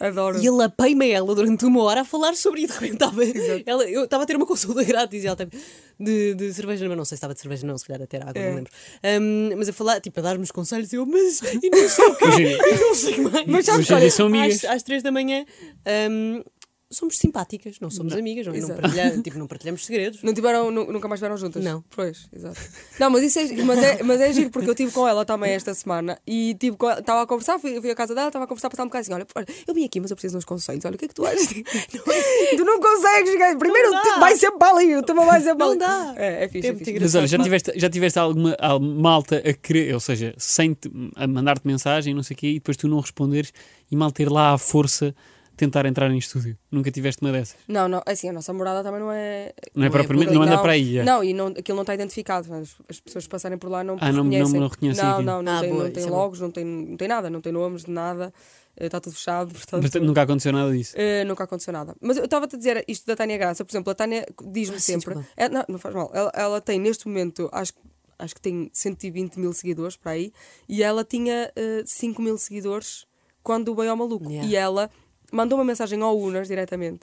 Speaker 1: Adoro.
Speaker 2: E alapei-me a ela durante uma hora a falar sobre e de repente estava. Ela, eu estava a ter uma consulta grátis e ela estava. de, de cerveja, mas não sei se estava de cerveja, não, se calhar até era água,
Speaker 1: É.
Speaker 2: não lembro. Ahm, mas a falar, tipo, a dar-nos conselhos, e eu, mas e não sei o quê, e não sei mais. Mas sabes, é?
Speaker 3: Mas já
Speaker 2: olha,
Speaker 3: são amigas.
Speaker 2: às, às três da manhã. ahm, Somos simpáticas, não somos amigas, não, não
Speaker 1: Exato.
Speaker 2: partilha- tipo, não partilhamos segredos.
Speaker 1: Não tiveram, nu- nunca mais tiveram juntas?
Speaker 2: Não.
Speaker 1: Pois, exato. Não, mas, isso é, mas, é, mas é giro, porque eu estive com ela também esta semana e tipo, com ela- estava a conversar, fui, fui à casa dela, estava a conversar, passar um bocado assim: olha, olha, eu vim aqui, mas eu preciso de uns conselhos, olha, o que é que tu achas? tu não consegues, gajo. primeiro
Speaker 2: Não
Speaker 1: tu
Speaker 2: dá.
Speaker 1: vai sempre para ali, o tema vai sempre para
Speaker 2: Não
Speaker 1: ali.
Speaker 2: dá.
Speaker 1: É, é fixe.
Speaker 2: É
Speaker 1: É
Speaker 2: muito
Speaker 1: fixe.
Speaker 3: Mas olha, já
Speaker 2: Engraçado.
Speaker 3: tiveste, já tiveste alguma al- malta a querer, ou seja, sem te- a mandar-te mensagem, não sei o quê, e depois tu não responderes e malta ir lá à força tentar entrar em estúdio. Nunca tiveste uma dessas.
Speaker 1: Não, não, assim, a nossa morada também não é.
Speaker 3: Não é propriamente-
Speaker 1: por aí,
Speaker 3: não anda para aí, é.
Speaker 1: Não, e não, aquilo não está identificado. As, as pessoas que passarem por lá não
Speaker 3: Ah, não- não-
Speaker 1: reconhecem.
Speaker 3: não reconhecem
Speaker 1: Não,
Speaker 3: aquilo.
Speaker 1: não, não
Speaker 2: Ah,
Speaker 1: tem,
Speaker 2: boa,
Speaker 1: não tem
Speaker 2: isso é bom.
Speaker 1: logos, não tem, não tem nada, não tem nomes, nada, eh, está tudo fechado, portanto.
Speaker 3: Mas t- nunca aconteceu nada disso.
Speaker 1: Eh, nunca aconteceu nada. Mas eu estava-te a dizer isto da Tânia Graça, por exemplo, a Tânia diz-me
Speaker 2: Ah, sim,
Speaker 1: sempre.
Speaker 2: desculpa.
Speaker 1: É, não, não faz mal. Ela, ela tem neste momento, acho, que- acho que tem 120 mil seguidores para aí, e ela tinha eh, 5 mil seguidores quando o Bem ao Maluco.
Speaker 2: Yeah.
Speaker 1: E ela mandou uma mensagem ao Unas diretamente.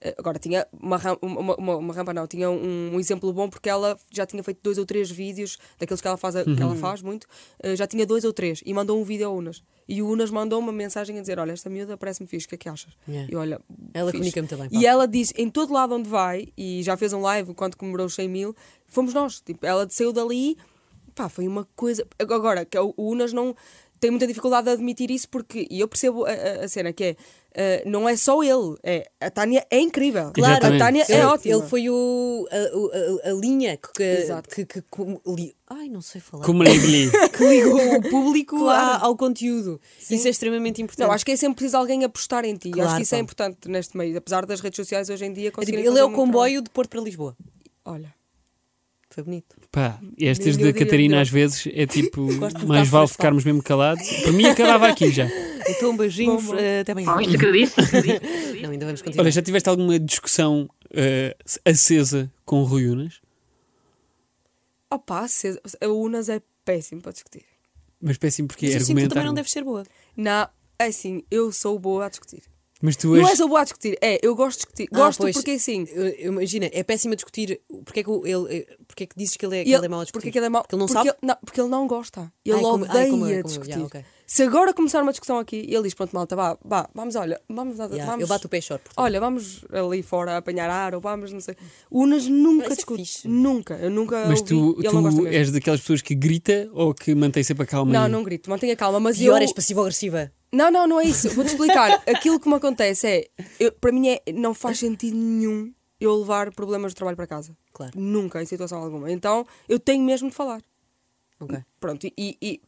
Speaker 1: Eh, Agora, tinha uma, ram- uma, uma- uma rampa, não, tinha um, um exemplo bom porque ela já tinha feito dois ou três vídeos daqueles que ela faz, a- que ela faz muito, eh, já tinha dois ou três e mandou um vídeo ao Unas. E o Unas mandou uma mensagem a dizer: Olha, esta miúda parece-me fixe, o que é que achas?
Speaker 2: Yeah.
Speaker 1: E olha,
Speaker 2: Ela
Speaker 1: fixe.
Speaker 2: comunica muito bem, pá.
Speaker 1: E ela diz, em todo lado onde vai, e já fez um live quando comemorou os 100 mil, fomos nós. Tipo, ela saiu dali, pá, foi uma coisa. Agora, que é o o Unas não tem muita dificuldade de admitir isso, porque, e eu percebo a, a- a cena, que é, eh, não é só ele, é, a Tânia é incrível.
Speaker 3: Claro,
Speaker 1: a
Speaker 3: Exatamente.
Speaker 1: Tânia
Speaker 2: Ele-
Speaker 1: é ótima.
Speaker 2: Ele foi o, a- o- a, a linha que,
Speaker 1: Exato.
Speaker 2: que, que- que- li- ai, não sei falar.
Speaker 3: Como lhe
Speaker 2: Que ligou o público
Speaker 1: Claro.
Speaker 2: à- ao conteúdo. Isso é extremamente importante.
Speaker 1: Não, acho que é sempre preciso alguém apostar em ti.
Speaker 2: Claro,
Speaker 1: acho que isso é
Speaker 2: pá.
Speaker 1: importante neste meio, apesar das redes sociais hoje em dia
Speaker 2: É tipo,
Speaker 1: conseguirem
Speaker 2: ele é
Speaker 1: fazer um
Speaker 2: o
Speaker 1: muito
Speaker 2: comboio de Porto para Lisboa.
Speaker 1: trabalho. Olha.
Speaker 2: Foi bonito.
Speaker 3: Pá, estas
Speaker 1: Meu
Speaker 3: da
Speaker 1: Deus,
Speaker 3: Catarina às
Speaker 1: Deus.
Speaker 3: vezes é tipo,
Speaker 2: Gosto de
Speaker 3: mais
Speaker 2: metáforas,
Speaker 3: vale
Speaker 2: pá.
Speaker 3: ficarmos mesmo calados. Para mim acabava aqui já.
Speaker 2: Então, um beijinho.
Speaker 1: Bom, bom.
Speaker 2: eh, Até
Speaker 3: Oh,
Speaker 2: bem.
Speaker 5: Isto que eu disse?
Speaker 2: Não, ainda vamos continuar.
Speaker 3: Olha, já tiveste alguma discussão eh, acesa com o Rui Unas?
Speaker 1: Opa, se- o Unas é péssimo para discutir.
Speaker 3: Mas péssimo porque
Speaker 2: Mas eu sinto que tu
Speaker 3: argumenta.
Speaker 2: também não
Speaker 3: argumenta.
Speaker 2: deves ser boa.
Speaker 1: Não, é assim, eu sou boa a discutir.
Speaker 3: Mas tu és.
Speaker 1: Não é só boa a discutir, é, eu gosto de discutir. Gosto
Speaker 2: Ah, pois.
Speaker 1: porque assim.
Speaker 2: Eu- eu- Imagina, é péssimo a discutir porque é que, o- ele, eh, porque é que dizes que ele é, que
Speaker 1: e
Speaker 2: ele é mau a discutir.
Speaker 1: Porque é que ele é mau.
Speaker 2: Porque ele não
Speaker 1: porque
Speaker 2: sabe.
Speaker 1: Ele, não, porque ele não gosta. Ele
Speaker 2: Ai, como- ai,
Speaker 1: odeia
Speaker 2: como eu, como eu,
Speaker 1: discutir.
Speaker 2: já, ok.
Speaker 1: Se agora começar uma discussão aqui, ele diz: pronto, malta, vá, vá, vamos, olha, vamos, dar-
Speaker 2: Yeah,
Speaker 1: vamos
Speaker 2: Eu bato o pé e choro. portanto.
Speaker 1: Olha, vamos ali fora apanhar ar ou vamos, não sei. O Unas
Speaker 2: Mas
Speaker 1: nunca
Speaker 2: isso é
Speaker 1: discute.
Speaker 2: fixe.
Speaker 1: nunca. Eu nunca.
Speaker 3: Mas
Speaker 1: ouvi,
Speaker 3: tu,
Speaker 1: ele não gosta
Speaker 3: tu
Speaker 1: mesmo.
Speaker 3: és daquelas pessoas que grita ou que mantém sempre a calma?
Speaker 1: Não,
Speaker 3: e-
Speaker 1: não grito, mantenha calma, mas
Speaker 2: Pior
Speaker 1: eu.
Speaker 2: és passivo-agressiva.
Speaker 1: Não, não, não é isso. Vou-te explicar. Aquilo que me acontece é, eu- para mim, é, não faz sentido nenhum eu levar problemas de trabalho para casa.
Speaker 2: Claro.
Speaker 1: Nunca, em situação alguma. Então, eu tenho mesmo de falar.
Speaker 2: Ok.
Speaker 1: Pronto, e, e-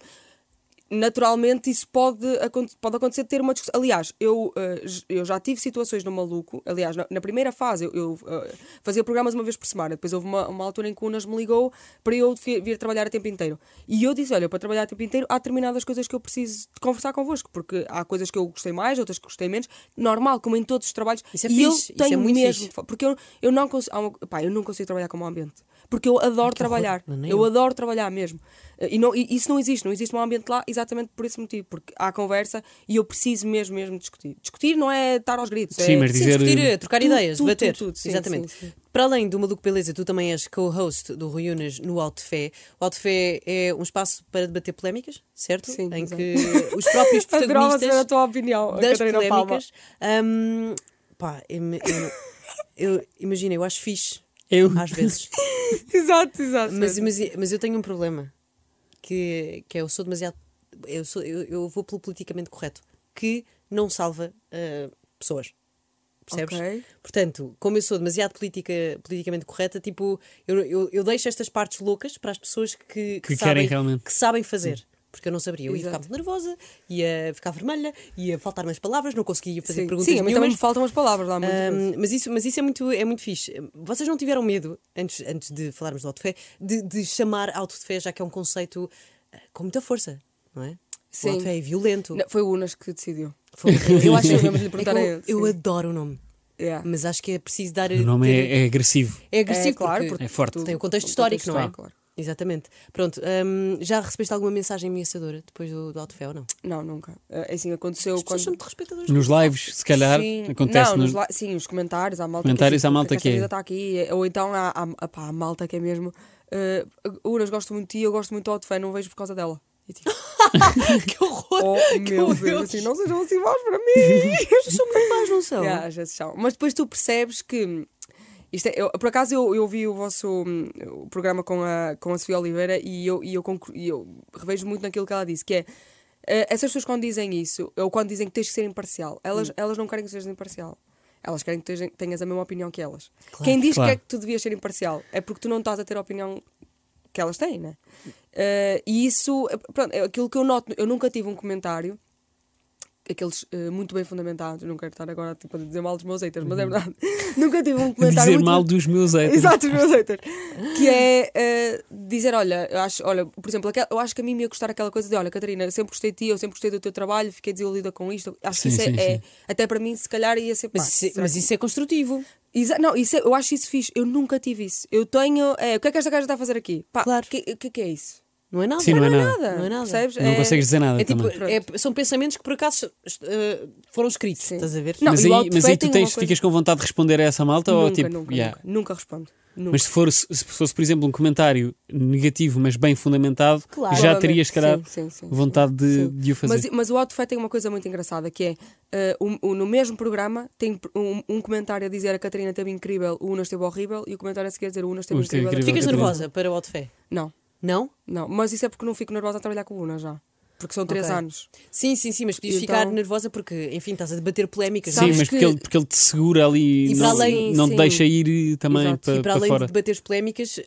Speaker 1: naturalmente isso pode, acon- pode acontecer de ter uma discussão. Aliás, eu, eh, j- eu já tive situações no maluco. Aliás, na, na primeira fase eu, eu, eh, fazia programas uma vez por semana. Depois houve uma, uma altura em que o Unas me ligou para eu fi- vir trabalhar o tempo inteiro. E eu disse: Olha, para trabalhar o tempo inteiro há determinadas coisas que eu preciso de conversar convosco, porque há coisas que eu gostei mais, outras que gostei menos. Normal, como em todos os trabalhos.
Speaker 2: Isso é
Speaker 1: e
Speaker 2: fixe,
Speaker 1: eu
Speaker 2: isso é
Speaker 1: tenho
Speaker 2: muito
Speaker 1: mesmo.
Speaker 2: fixe.
Speaker 1: de fa- Porque eu, eu, não consigo, há uma- pá, eu não consigo trabalhar como ambiente. Porque eu adoro trabalhar.
Speaker 2: horror, nem
Speaker 1: Eu
Speaker 2: eu.
Speaker 1: adoro trabalhar mesmo. Eh, E, não- e isso não existe, não existe um ambiente lá exatamente por esse motivo, porque há conversa e eu preciso mesmo, mesmo discutir. Discutir não é estar aos gritos,
Speaker 3: Sim,
Speaker 1: é
Speaker 3: mas
Speaker 2: Sim,
Speaker 3: dizer-
Speaker 2: discutir, eh, trocar
Speaker 1: Tudo,
Speaker 2: ideias,
Speaker 1: tudo,
Speaker 2: debater.
Speaker 1: tudo, tudo, sim,
Speaker 2: Exatamente.
Speaker 1: sim, sim.
Speaker 2: Para além do Maluco Beleza, tu também és co-host do Rui Unas no Alto Fé. O Alto Fé é um espaço para debater polémicas, certo?
Speaker 1: Sim,
Speaker 2: em
Speaker 1: exato.
Speaker 2: que os próprios
Speaker 1: Adorava saber a
Speaker 2: protagonistas
Speaker 1: tua opinião, a
Speaker 2: das
Speaker 1: Catarina Palma.
Speaker 2: polémicas. hum, pá, eu, me- eu- eu- imagina, eu acho fixe,
Speaker 3: Eu.
Speaker 2: às vezes.
Speaker 1: Exato, exato.
Speaker 2: mas, mas, mas eu tenho um problema que, que é eu sou demasiado. Eu, sou, eu, eu vou pelo politicamente correto, que não salva eh, pessoas. Percebes?
Speaker 1: Ok.
Speaker 2: Portanto, como eu sou demasiado politica, politicamente correta, tipo, eu, eu, eu deixo estas partes loucas para as pessoas que, que,
Speaker 3: Que querem
Speaker 2: sabem,
Speaker 3: realmente.
Speaker 2: que sabem fazer. Porque eu não saberia, eu ia
Speaker 1: Exato.
Speaker 2: ficar muito nervosa, ia ficar vermelha, ia faltar umas palavras, não conseguia fazer
Speaker 1: Sim,
Speaker 2: perguntas
Speaker 1: sim a mim também
Speaker 2: nenhumas.
Speaker 1: me faltam as palavras lá muitas vezes.
Speaker 2: Ahm, mas isso, mas isso é, muito, é muito fixe. Vocês não tiveram medo, antes, antes de falarmos do autofé, de, de chamar autofé, já que é um conceito ah, com muita força, não é?
Speaker 1: Sim.
Speaker 2: O autofé é violento.
Speaker 1: Não, Foi o Unas que decidiu.
Speaker 2: Foi-
Speaker 1: Eu acho que devemos lhe assim.
Speaker 2: É que
Speaker 1: perguntar a
Speaker 2: eu,
Speaker 1: ele,
Speaker 2: eu
Speaker 1: sim.
Speaker 2: adoro o nome,
Speaker 1: Yeah.
Speaker 2: mas acho que é preciso dar.
Speaker 3: O nome
Speaker 2: ter-
Speaker 3: é, é agressivo.
Speaker 2: é agressivo,
Speaker 1: É, claro,
Speaker 2: porque
Speaker 1: porque
Speaker 3: É forte.
Speaker 1: tudo-
Speaker 2: Tem o contexto
Speaker 1: tem o
Speaker 2: histórico, não é?
Speaker 1: claro.
Speaker 2: Exatamente. Pronto, hum, já recebeste alguma mensagem ameaçadora depois do, do Alto Fé ou não?
Speaker 1: Não, nunca. Ah, assim aconteceu
Speaker 2: As pessoas
Speaker 1: quando.
Speaker 2: são muito respeitadoras.
Speaker 3: Nos lives, se calhar,
Speaker 1: Sim,
Speaker 3: acontece. é?
Speaker 1: não,
Speaker 3: nos-
Speaker 1: nos la- Sim, os comentários, há malta
Speaker 3: Comentários,
Speaker 1: que
Speaker 3: há malta que é.
Speaker 1: está aqui, ou então há, há, opá, há malta que é mesmo. eh, Uras, gosto muito de ti, eu gosto muito do Hot Fan, não vejo por causa dela. E tipo,
Speaker 2: que horror!
Speaker 1: oh
Speaker 2: que
Speaker 1: meu Deus,
Speaker 2: horror.
Speaker 1: assim, não sejam assim maus para mim.
Speaker 2: Eles são muito mais, não são?
Speaker 1: Yeah, às vezes são. Mas depois tu percebes que. hum, Isto é, eu- por acaso eu, eu vi o vosso hum, o programa com a, com a Sofia Oliveira e eu, e, eu conclu- e eu revejo muito naquilo que ela disse, que é. eh, essas pessoas quando dizem isso, ou quando dizem que tens que ser imparcial, elas,
Speaker 3: Hum.
Speaker 1: elas não querem que sejas imparcial. Elas querem que teja- tenhas a mesma opinião que elas. Quem diz
Speaker 3: Claro.
Speaker 1: que é que tu devias ser imparcial é porque tu não estás a ter a opinião que elas têm, né? Eh, e isso, eh, pronto, é aquilo que eu noto, eu nunca tive um comentário aqueles eh, muito bem fundamentados, não quero estar agora tipo, a dizer mal dos meus haters, mas é verdade. Nunca tive um comentário
Speaker 3: Uhum. Dizer
Speaker 1: muito
Speaker 3: mal dos meus haters.
Speaker 1: Exato, os meus haters. Que é eh, dizer, olha, eu acho, olha, por exemplo, aquela- eu acho que a mim me ia gostar aquela coisa de, olha, Catarina, eu sempre gostei de ti, eu sempre gostei do teu trabalho, fiquei desiludida com isto. Acho que
Speaker 3: Sim,
Speaker 1: isso é,
Speaker 3: sim,
Speaker 1: é-
Speaker 3: sim.
Speaker 1: até para mim, se calhar ia ser
Speaker 2: Mas,
Speaker 1: pá,
Speaker 2: isso, é-
Speaker 1: será
Speaker 2: mas
Speaker 1: que-
Speaker 2: isso é construtivo.
Speaker 1: Exa- não, isso é- eu acho isso fixe. Eu nunca tive isso. Eu tenho. é, o que é que esta gaja está a fazer aqui? Pá,
Speaker 2: Claro.
Speaker 1: O que, que- que é isso?
Speaker 2: Não é nada.
Speaker 3: Sim, não é
Speaker 1: Não é
Speaker 3: nada.
Speaker 1: nada.
Speaker 2: Não é nada.
Speaker 1: Percebes?
Speaker 3: Não
Speaker 1: É-
Speaker 3: consegues dizer nada
Speaker 2: É tipo,
Speaker 3: também.
Speaker 2: é- são pensamentos que por acaso eh, foram escritos,
Speaker 1: Sim.
Speaker 2: estás a ver?
Speaker 1: Não,
Speaker 3: mas,
Speaker 1: e o
Speaker 3: aí,
Speaker 1: outfit
Speaker 3: mas aí tu
Speaker 1: tem
Speaker 3: tens,
Speaker 1: uma coisa-
Speaker 3: ficas com vontade de responder a essa malta ou
Speaker 1: nunca,
Speaker 3: tipo.
Speaker 1: nunca,
Speaker 3: yeah.
Speaker 1: nunca, nunca respondo. Nunca.
Speaker 3: Mas se, for, se se fosse, por exemplo, um comentário negativo, mas bem fundamentado,
Speaker 2: Claro.
Speaker 3: já terias, se calhar,
Speaker 1: Sim, sim, sim,
Speaker 3: vontade de,
Speaker 1: sim.
Speaker 3: de o fazer.
Speaker 1: Mas, mas o Outfit tem uma coisa muito engraçada que é eh, um- um- no mesmo programa tem um, um comentário a dizer a Catarina esteve incrível, o Una esteve horrível e o comentário a seguir a dizer o Una esteve
Speaker 3: Una esteve
Speaker 1: incrível.
Speaker 3: incrível,
Speaker 2: Ficas
Speaker 3: Catarina.
Speaker 2: nervosa para o Alto Fé?
Speaker 1: Não,
Speaker 2: Não?
Speaker 1: não, mas isso é porque não fico nervosa a trabalhar com o Una já, porque são três
Speaker 2: Ok.
Speaker 1: anos.
Speaker 2: Sim, sim, sim, mas podias
Speaker 1: Então-
Speaker 2: ficar nervosa porque, enfim, estás a debater polémicas.
Speaker 3: Sim,
Speaker 1: sabes
Speaker 2: não é?
Speaker 3: mas
Speaker 1: que-
Speaker 3: porque, ele, porque ele te segura ali
Speaker 2: E
Speaker 3: e
Speaker 2: para
Speaker 3: não,
Speaker 2: além-
Speaker 3: não
Speaker 1: sim.
Speaker 3: te deixa ir eh, também
Speaker 1: Exato.
Speaker 3: para,
Speaker 2: e para além
Speaker 3: fora.
Speaker 2: de debater polémicas,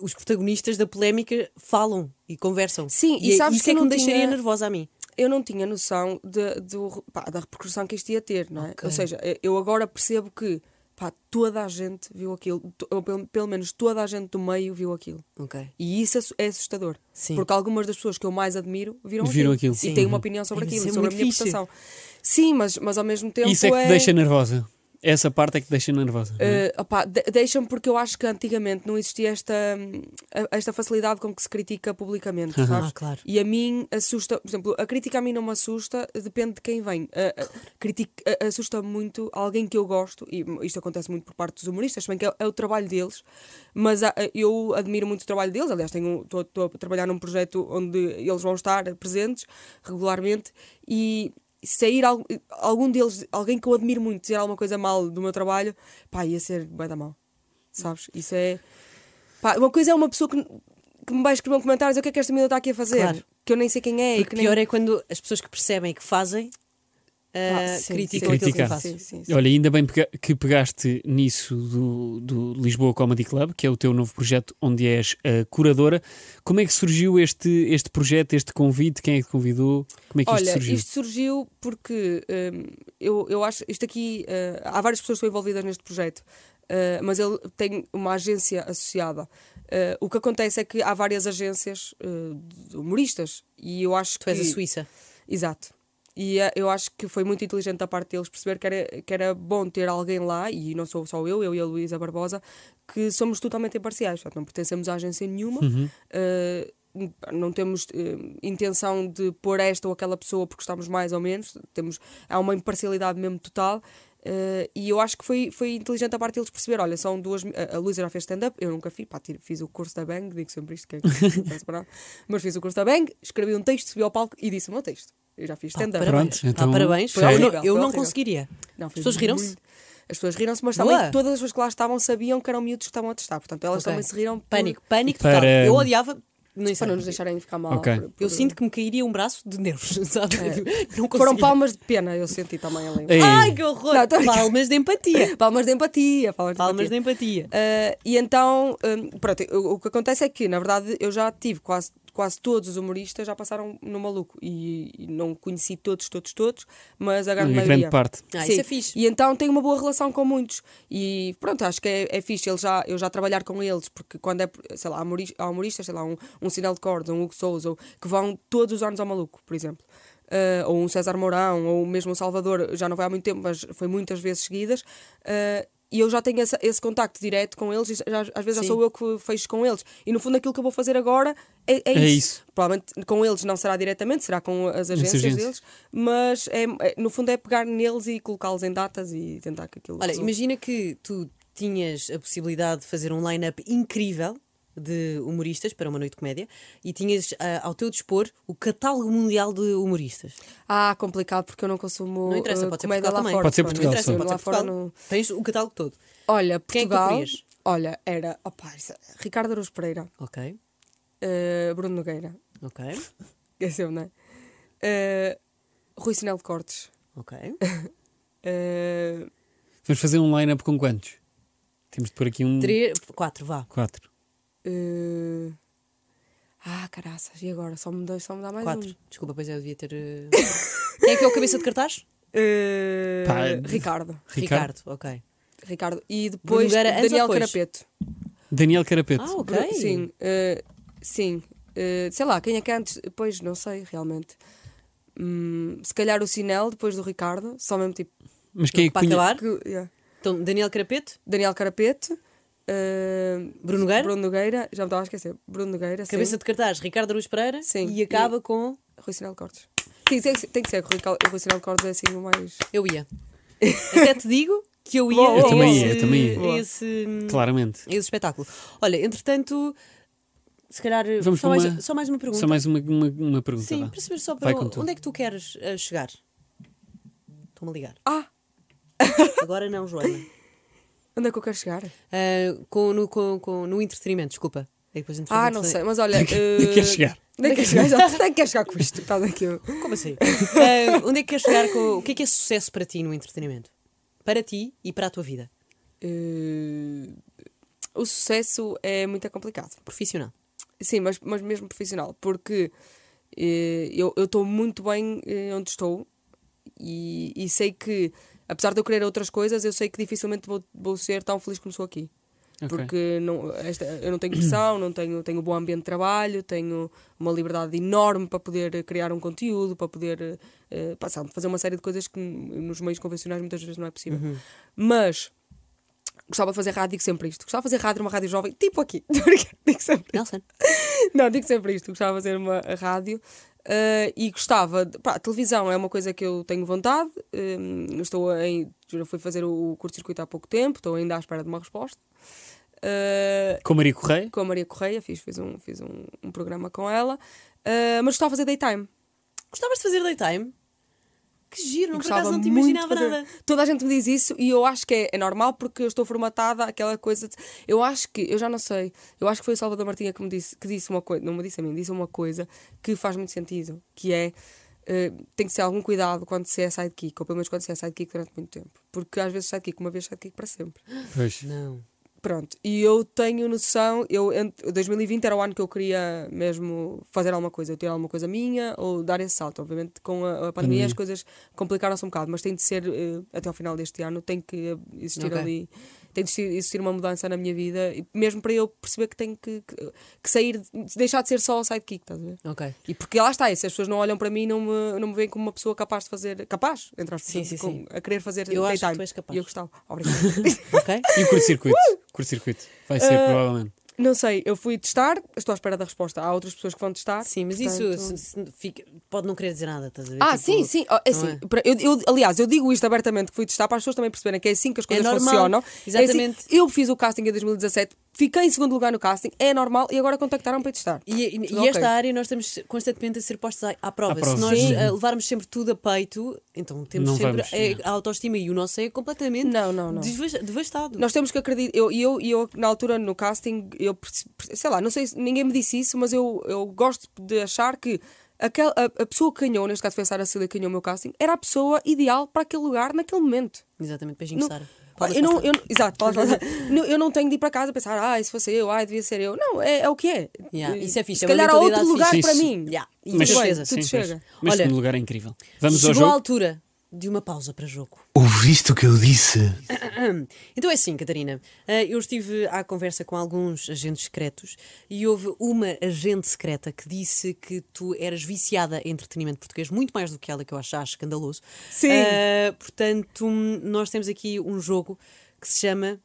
Speaker 2: os protagonistas da polémica falam e conversam.
Speaker 1: Sim, e
Speaker 2: é-
Speaker 1: sabes
Speaker 2: isso
Speaker 1: que
Speaker 2: é
Speaker 1: eu
Speaker 2: que
Speaker 1: não
Speaker 2: me deixaria
Speaker 1: tinha-
Speaker 2: nervosa a mim.
Speaker 1: eu não tinha noção de- do, pá, da repercussão que isto ia ter, não é?
Speaker 2: Ok.
Speaker 1: Ou seja, eu- eu agora percebo que pá, toda a gente viu aquilo, to- ou pelo, pelo menos toda a gente do meio viu aquilo.
Speaker 2: Ok.
Speaker 1: E isso é assu- é assustador.
Speaker 2: Sim.
Speaker 1: Porque algumas das pessoas que eu mais admiro viram,
Speaker 3: Viram aquilo.
Speaker 1: aquilo,
Speaker 3: Sim. Uhum.
Speaker 1: e têm uma opinião sobre
Speaker 2: Ai,
Speaker 1: aquilo,
Speaker 2: isso é
Speaker 1: sobre a
Speaker 2: muito
Speaker 1: minha
Speaker 2: fixe.
Speaker 1: prestação. Sim, mas, mas ao mesmo tempo.
Speaker 3: Isso é que te deixa nervosa. Essa parte é que te deixa nervosa. não é?
Speaker 1: Eh, opá, de- deixa-me porque eu acho que antigamente não existia esta, hum, a- esta facilidade com que se critica publicamente, sabes?
Speaker 2: Ah, claro.
Speaker 1: E a mim assusta, por exemplo, a crítica a mim não me assusta, depende de quem vem. A- a- critic- a- assusta muito alguém que eu gosto, e isto acontece muito por parte dos humoristas, se bem que é, é o trabalho deles, mas há- eu admiro muito o trabalho deles. Aliás, estou a trabalhar num projeto onde eles vão estar presentes regularmente e sair al- algum deles, alguém que eu admiro muito, dizer alguma coisa mal do meu trabalho, pá, ia ser bem da mal. Sabes? Isso é. Pá, uma coisa é uma pessoa que, que me vai escrever um comentário e dizer o que é que esta miúda está aqui a fazer.
Speaker 2: Claro.
Speaker 1: Que eu nem sei quem é e
Speaker 2: Porque
Speaker 1: que nem.
Speaker 2: pior é quando as pessoas que percebem e que fazem ah,
Speaker 1: Ah, sim,
Speaker 2: criticam
Speaker 1: sim,
Speaker 2: aquilo que eu
Speaker 3: Criticar.
Speaker 2: faço.
Speaker 1: Sim, sim, sim.
Speaker 3: Olha, ainda bem pega- que pegaste nisso do, do Lisboa Comedy Club, que é o teu novo projeto onde és a curadora. Como é que surgiu este, este projeto, este convite? Quem é que te convidou? Como é que isto
Speaker 1: Olha,
Speaker 3: surgiu?
Speaker 1: isto surgiu porque hum, eu, eu acho. Isto aqui. eh, há várias pessoas que estão envolvidas neste projeto, eh, mas ele tem uma agência associada. Eh, o que acontece é que há várias agências eh, de humoristas e eu acho
Speaker 2: Tu és
Speaker 1: que.
Speaker 2: a Suíça.
Speaker 1: Exato. E eh, eu acho que foi muito inteligente da parte deles perceber que era, que era bom ter alguém lá, e não sou só eu, eu e a Luísa Barbosa, que somos totalmente imparciais, portanto, não pertencemos a agência nenhuma, eh, não temos eh, intenção de pôr esta ou aquela pessoa porque estamos mais ou menos, temos, há uma imparcialidade mesmo total. eh, e eu acho que foi, foi inteligente a parte deles perceber: olha, são duas. mi- A a Luísa já fez stand-up, eu nunca fiz, pá, tive- fiz o curso da Bang, digo sempre isto, que é, não parece para nada, mas fiz o curso da Bang, escrevi um texto, subi ao palco e disse o meu texto. Eu já fiz
Speaker 2: Pá,
Speaker 1: stand-up.
Speaker 2: Ah, parabéns.
Speaker 3: Pronto, então-
Speaker 2: Pá, parabéns.
Speaker 1: Foi
Speaker 2: Eu
Speaker 1: horrível,
Speaker 2: não-
Speaker 1: foi
Speaker 2: eu não
Speaker 1: horrível.
Speaker 2: conseguiria.
Speaker 1: Não,
Speaker 2: As
Speaker 1: foi
Speaker 2: pessoas riram-se?
Speaker 1: muito- As pessoas riram-se, mas
Speaker 2: Boa.
Speaker 1: também todas as pessoas que lá estavam sabiam que eram miúdos que estavam a testar. Portanto, elas
Speaker 2: Ok.
Speaker 1: também se riram. por-
Speaker 2: Pânico, pânico
Speaker 3: Para-
Speaker 2: total. Eu odiava. Nem
Speaker 1: Para
Speaker 2: sei.
Speaker 1: não nos deixarem ficar mal.
Speaker 3: Ok.
Speaker 1: por- por-
Speaker 2: Eu sinto que me cairia um braço de nervos, sabe? Tipo, Não
Speaker 1: Foram
Speaker 2: conseguia.
Speaker 1: palmas de pena, eu senti também ali.
Speaker 3: Ei,
Speaker 2: Ai, que horror!
Speaker 1: Não, tô a brincar.
Speaker 2: Palmas de empatia.
Speaker 1: Palmas de empatia. Palmas de
Speaker 2: Palmas de
Speaker 1: empatia.
Speaker 2: empatia.
Speaker 1: Ah, e então, hum, pronto, o, o que acontece é que, na verdade, eu já tive quase, quase todos os humoristas já passaram no maluco. E, e não conheci todos, todos, todos, mas a grande
Speaker 3: a
Speaker 1: maioria.
Speaker 3: grande parte.
Speaker 2: Ah,
Speaker 1: Sim.
Speaker 2: isso é fixe.
Speaker 1: E então tenho uma boa relação com muitos. E pronto, acho que é, é fixe ele já, eu já trabalhar com eles, porque quando é, sei lá, há humori- há humoristas, sei lá, um, um Sinal de Corda, um Hugo Souza, ou- que vão todos os anos ao maluco, por exemplo. Ah, ou um César Mourão, ou mesmo um Salvador, já não vai há muito tempo, mas foi muitas vezes seguidas. Ah, e eu já tenho esse, esse contacto direto com eles, e já- às vezes
Speaker 2: Sim.
Speaker 1: já sou eu que fecho com eles. E no fundo, aquilo que eu vou fazer agora é, é, isso.
Speaker 3: isso.
Speaker 1: Provavelmente com eles não será diretamente, será com as agências
Speaker 3: agências.
Speaker 1: deles, mas é, é- no fundo é pegar neles e colocá-los em datas e tentar que aquilo.
Speaker 2: Olha,
Speaker 1: resulte.
Speaker 2: imagina que tu tinhas a possibilidade de fazer um line-up incrível de humoristas para uma noite de comédia e tinhas ah, ao teu dispor o catálogo mundial de humoristas. Ah,
Speaker 1: Ah, complicado porque eu não consumo
Speaker 2: Não interessa,
Speaker 1: eh,
Speaker 2: pode ser
Speaker 1: comédia
Speaker 2: Portugal
Speaker 1: lá
Speaker 2: também.
Speaker 1: fora.
Speaker 3: Pode ser
Speaker 1: pronto.
Speaker 3: Portugal,
Speaker 1: Não interessa,
Speaker 3: sim.
Speaker 2: Pode
Speaker 1: lá
Speaker 2: ser
Speaker 1: fora
Speaker 2: Portugal.
Speaker 1: não-
Speaker 2: Tens o catálogo todo.
Speaker 1: Olha,
Speaker 2: Quem é que tu
Speaker 1: Portugal.
Speaker 2: querias?
Speaker 1: olha, era. Opa, isso- Ricardo Aruz Pereira,
Speaker 2: Ok,
Speaker 1: eh, Bruno Nogueira,
Speaker 2: ok,
Speaker 1: esqueceu, não é? Eh, Rui Sinel de Cortes.
Speaker 2: ok.
Speaker 1: eh,
Speaker 3: Vamos fazer um line-up com quantos? Temos de pôr aqui um.
Speaker 2: Três, quatro, vá.
Speaker 3: Quatro.
Speaker 1: eh, Ah, caraças, e agora? Só me, dá- só me dá mais
Speaker 2: Quatro.
Speaker 1: um.
Speaker 2: Desculpa, pois é, eu devia ter. eh, Quem é que é o cabeça de cartaz?
Speaker 1: Eh,
Speaker 3: Pá,
Speaker 1: Ricardo.
Speaker 3: Ricardo.
Speaker 2: ok.
Speaker 1: Ricardo. E depois
Speaker 2: Nogueira antes ou
Speaker 1: Daniel
Speaker 2: depois?
Speaker 1: Carapeto.
Speaker 3: Daniel Carapeto.
Speaker 2: Ah, ok.
Speaker 1: Bru- Sim, eh, sim. Eh, sei lá, quem é que é antes? Pois, não sei realmente. Hum, se calhar o Sinel, depois do Ricardo, só mesmo tipo.
Speaker 3: Mas quem é que
Speaker 2: Para
Speaker 3: punha-
Speaker 2: acabar,
Speaker 1: que- yeah.
Speaker 2: então, Daniel Carapeto,
Speaker 1: Daniel Carapeto, eh,
Speaker 2: Bruno Nogueira?
Speaker 1: Bruno Nogueira, já me estava a esquecer. Bruno Nogueira, sim.
Speaker 2: cabeça de cartaz, Ricardo Aruz Pereira
Speaker 1: Sim.
Speaker 2: e acaba com.
Speaker 1: Rui Sinel Cortes. Sim, tem que ser, tem que ser. que o Rical- o Rui Sinel Cortes é assim o mais.
Speaker 2: Eu ia. Até te digo que eu ia.
Speaker 1: Boa,
Speaker 2: a
Speaker 1: Eu também
Speaker 2: esse-
Speaker 3: ia, eu também ia.
Speaker 2: a Esse,
Speaker 3: Claramente.
Speaker 2: a esse espetáculo. Olha, entretanto, se calhar. eh,
Speaker 3: Vamos
Speaker 2: só,
Speaker 3: para
Speaker 2: mais,
Speaker 3: uma-
Speaker 2: só mais uma pergunta.
Speaker 3: Só mais uma, uma, uma pergunta.
Speaker 2: Sim,
Speaker 3: vá.
Speaker 2: para saber só
Speaker 3: Vai
Speaker 2: para
Speaker 3: com tudo.
Speaker 2: onde é que tu queres eh, chegar. Estão-me a ligar.
Speaker 1: Ah!
Speaker 2: Agora não, Joana.
Speaker 1: Onde é que eu quero chegar?
Speaker 2: Ah, com, no, com, com- no entretenimento, desculpa. Aí depois entramos
Speaker 1: Ah,
Speaker 2: no
Speaker 1: não
Speaker 2: entretenimento.
Speaker 1: sei, mas olha.
Speaker 3: Onde é que
Speaker 1: eh,
Speaker 3: queres chegar?
Speaker 1: Onde é que queres chegar? Exato, onde é que queres chegar com isto? Estás aqui.
Speaker 2: Como assim? Ah, onde é que queres chegar com. O que é que é sucesso para ti no entretenimento? Para ti e para a tua vida
Speaker 1: Eh, o sucesso é muito complicado.
Speaker 2: profissional.
Speaker 1: Sim, mas, mas mesmo profissional, porque eh, eu estou muito bem eh, onde estou e, e sei que, apesar de eu querer outras coisas, eu sei que dificilmente vou, vou ser tão feliz como sou aqui.
Speaker 3: Ok.
Speaker 1: Porque não, esta, eu não tenho pressão, não tenho, tenho um bom ambiente de trabalho, tenho uma liberdade enorme para poder criar um conteúdo, para poder eh, pá, sabe, fazer uma série de coisas que n- nos meios convencionais muitas vezes não é possível. Mas gostava de fazer rádio, digo sempre isto. Gostava de fazer rádio, uma rádio jovem, tipo aqui. digo sempre
Speaker 2: Nelson?
Speaker 1: não, digo sempre isto, gostava de fazer uma rádio eh, e gostava, de, pá, televisão é uma coisa que eu tenho vontade, hum, estou em, já fui fazer o curto-circuito há pouco tempo, estou ainda à espera de uma resposta. Eh,
Speaker 3: Com Maria Correia?
Speaker 1: com a Maria Correia, fiz, fiz, um, fiz um, um programa com ela, eh, mas gostava de fazer daytime.
Speaker 2: Gostavas de fazer daytime? Que giro, não por
Speaker 1: Gostava
Speaker 2: acaso não te
Speaker 1: muito de
Speaker 2: imaginava
Speaker 1: fazer-
Speaker 2: nada.
Speaker 1: Toda a gente me diz isso e eu acho que é, é normal porque eu estou formatada aquela coisa. de- eu acho que, eu já não sei, eu acho que foi o Salvador Martinha que me disse, que disse uma coisa, não me disse a mim, disse uma coisa que faz muito sentido, que é eh, tem que ser algum cuidado quando se é sidekick, ou pelo menos quando se é sidekick durante muito tempo. Porque às vezes sidekick, uma vez sidekick para sempre.
Speaker 3: Pois.
Speaker 2: Não.
Speaker 1: Pronto, e eu tenho noção, eu ent- 2020 era o ano que eu queria mesmo fazer alguma coisa, eu ter alguma coisa minha ou dar esse salto. Obviamente, com a, a pandemia,
Speaker 3: Pandemia.
Speaker 1: as coisas complicaram-se um bocado, mas tem de ser eh, até ao final deste ano, tem que eh, existir
Speaker 2: Ok.
Speaker 1: ali, tem de existir, existir uma mudança na minha vida, e mesmo para eu perceber que tenho que, que- que sair, de- deixar de ser só o sidekick, estás a ver?
Speaker 2: Ok.
Speaker 1: E porque lá está, e se as pessoas não olham para mim, não me, não me veem como uma pessoa capaz de fazer, capaz, entre aspas,
Speaker 2: Sim, sim,
Speaker 1: com-
Speaker 2: sim.
Speaker 1: a querer fazer
Speaker 2: Eu acho que
Speaker 1: daytime.
Speaker 2: tu és capaz.
Speaker 1: E eu gostava. Obrigada.
Speaker 2: Ok.
Speaker 3: E o curto-circuito? Curto-circuito. Vai ser,
Speaker 1: Ah,
Speaker 3: provavelmente.
Speaker 1: Não sei, eu fui testar, estou à espera da resposta. Há outras pessoas que vão testar.
Speaker 2: Sim, mas
Speaker 1: portanto-
Speaker 2: isso se- se- fica- pode não querer dizer nada, estás a ver?
Speaker 1: Ah,
Speaker 2: Tipo,
Speaker 1: sim, sim. Oh, é
Speaker 2: não
Speaker 1: assim,
Speaker 2: é?
Speaker 1: pra- eu- eu- aliás, eu digo isto abertamente que fui testar para as pessoas também perceberem que é assim que as coisas
Speaker 2: normal,
Speaker 1: funcionam. É assim-
Speaker 2: exatamente.
Speaker 1: eu fiz o casting em 2017, fiquei em segundo lugar no casting, é normal, e agora contactaram para testar.
Speaker 2: E, e- e
Speaker 1: Ok.
Speaker 2: esta área nós estamos constantemente a ser postos à, à prova.
Speaker 3: À prova.
Speaker 2: Se nós
Speaker 3: Sim.
Speaker 2: eh, levarmos sempre tudo a peito, então temos
Speaker 3: Não
Speaker 2: sempre
Speaker 3: vamos,
Speaker 2: eh,
Speaker 3: não.
Speaker 2: a, autoestima e o nosso é completamente
Speaker 1: Não, não, não.
Speaker 2: desvas- devastado.
Speaker 1: Nós temos que acreditar. Eu, e eu, e eu, na altura, no casting, eu perce- perce- sei lá, não sei, se- ninguém me disse isso, mas eu, eu gosto de achar que aquela, a, a pessoa que ganhou, neste caso foi a Sara Cília que ganhou o meu casting, era a pessoa ideal para aquele lugar naquele momento.
Speaker 2: Exatamente, beijinho,
Speaker 1: Não-
Speaker 2: Sara.
Speaker 1: Pá, eu não, eu, não- exato, Paula Salazar. Não, eu não tenho de ir para casa pensar, ah, se fosse eu, ah, devia ser eu. Não, é, é o que é.
Speaker 2: Yeah,
Speaker 1: Eh,
Speaker 2: isso é fixe,
Speaker 1: Se
Speaker 2: é uma
Speaker 1: calhar há outro
Speaker 2: mentalidade
Speaker 1: lugar
Speaker 3: fixe.
Speaker 1: para
Speaker 3: Isso.
Speaker 1: mim.
Speaker 2: Yeah, é e
Speaker 1: Mas-
Speaker 2: certeza.
Speaker 1: tudo chega.
Speaker 3: pois. Mas
Speaker 2: Olha,
Speaker 3: segundo lugar é incrível. Vamos
Speaker 2: Chegou
Speaker 3: ao jogo.
Speaker 2: a altura de uma pausa para jogo.
Speaker 4: Ouviste o que eu disse?
Speaker 2: Então é assim, Catarina. eh, Eu estive à conversa com alguns agentes secretos e houve uma agente secreta que disse que tu eras viciada em entretenimento português, muito mais do que ela, que eu acho já escandaloso.
Speaker 1: Sim.
Speaker 2: Eh, portanto, hum, nós temos aqui um jogo que se chama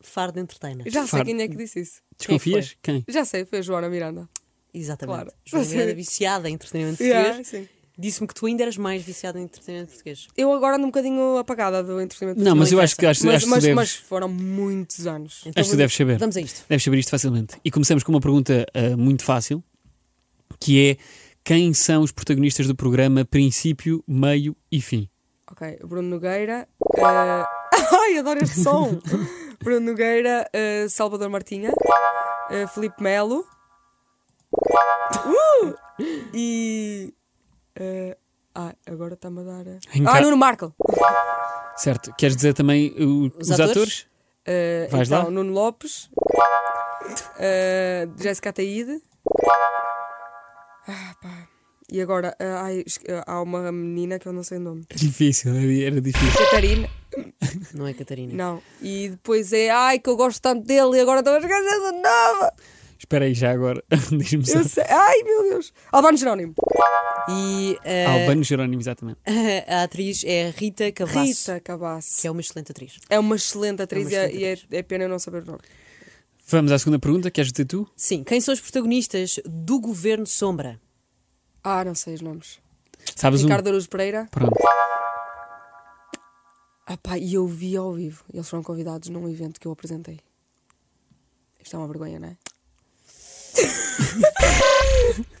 Speaker 2: Fard Entertainer.
Speaker 1: Já sei
Speaker 3: Far-
Speaker 1: quem é que disse isso.
Speaker 3: Desconfias? Quem?
Speaker 1: Já sei, foi a Joana Miranda.
Speaker 2: Exatamente.
Speaker 1: Claro.
Speaker 2: Joana Miranda, viciada em entretenimento
Speaker 1: Yeah,
Speaker 2: português.
Speaker 1: sim.
Speaker 2: Disse-me que tu ainda eras mais viciada em entretenimento português.
Speaker 1: Eu agora ando um bocadinho apagada do entretenimento.
Speaker 3: Não, mas eu acho que,
Speaker 2: interessa.
Speaker 3: acho,
Speaker 1: mas,
Speaker 3: acho que
Speaker 1: mas-
Speaker 3: deves,
Speaker 1: mas foram muitos anos.
Speaker 2: Então
Speaker 3: acho que
Speaker 2: vamos-
Speaker 3: deves saber.
Speaker 2: Vamos a isto.
Speaker 3: Deves saber isto facilmente. E começamos com uma pergunta ah, muito fácil, que é quem são os protagonistas do programa Princípio, Meio e Fim?
Speaker 1: Ok, Bruno Nogueira. eh, Ai, adoro este som! Bruno Nogueira, eh, Salvador Martinha, eh, Felipe Melo. Uh! E. eh, ah, agora está-me a dar. eh,
Speaker 3: Em
Speaker 1: Ah,
Speaker 3: ca-
Speaker 1: Nuno Marco!
Speaker 3: Certo. Queres dizer também eh, o- os,
Speaker 2: Os
Speaker 3: atores?
Speaker 2: atores?
Speaker 1: Eh,
Speaker 3: Vais
Speaker 1: então,
Speaker 3: lá?
Speaker 1: Nuno Lopes, eh, Jéssica Ataíde. Ah, pá. E agora, eh, ai, esque- eh, há uma menina que eu não sei o nome.
Speaker 3: Difícil, era difícil.
Speaker 1: Catarina.
Speaker 2: Não é, Catarina?
Speaker 1: Não. E depois é, ai, que eu gosto tanto dele e agora estou a esquecer do nome.
Speaker 3: Espera aí já agora. Diz-me só.
Speaker 1: Eu sei. Ai, meu Deus. Albano Jerónimo.
Speaker 2: E eh,
Speaker 3: Albano Jerónimo, exatamente.
Speaker 2: a atriz é Rita Cavasso,
Speaker 1: Rita Cabasso.
Speaker 2: que é uma excelente atriz.
Speaker 1: É uma excelente atriz,
Speaker 2: É uma excelente
Speaker 1: e, é, e é- é pena eu não saber o nome.
Speaker 3: Vamos à segunda pergunta. Queres dizer tu?
Speaker 2: Sim, quem são os protagonistas do Governo Sombra?
Speaker 1: Ah, não sei os nomes.
Speaker 3: Sabes
Speaker 1: Ricardo Araújo Pereira.
Speaker 3: um? Pronto.
Speaker 1: Ah pá, e eu vi ao vivo. Eles foram convidados num evento que eu apresentei. Isto é uma vergonha, não é?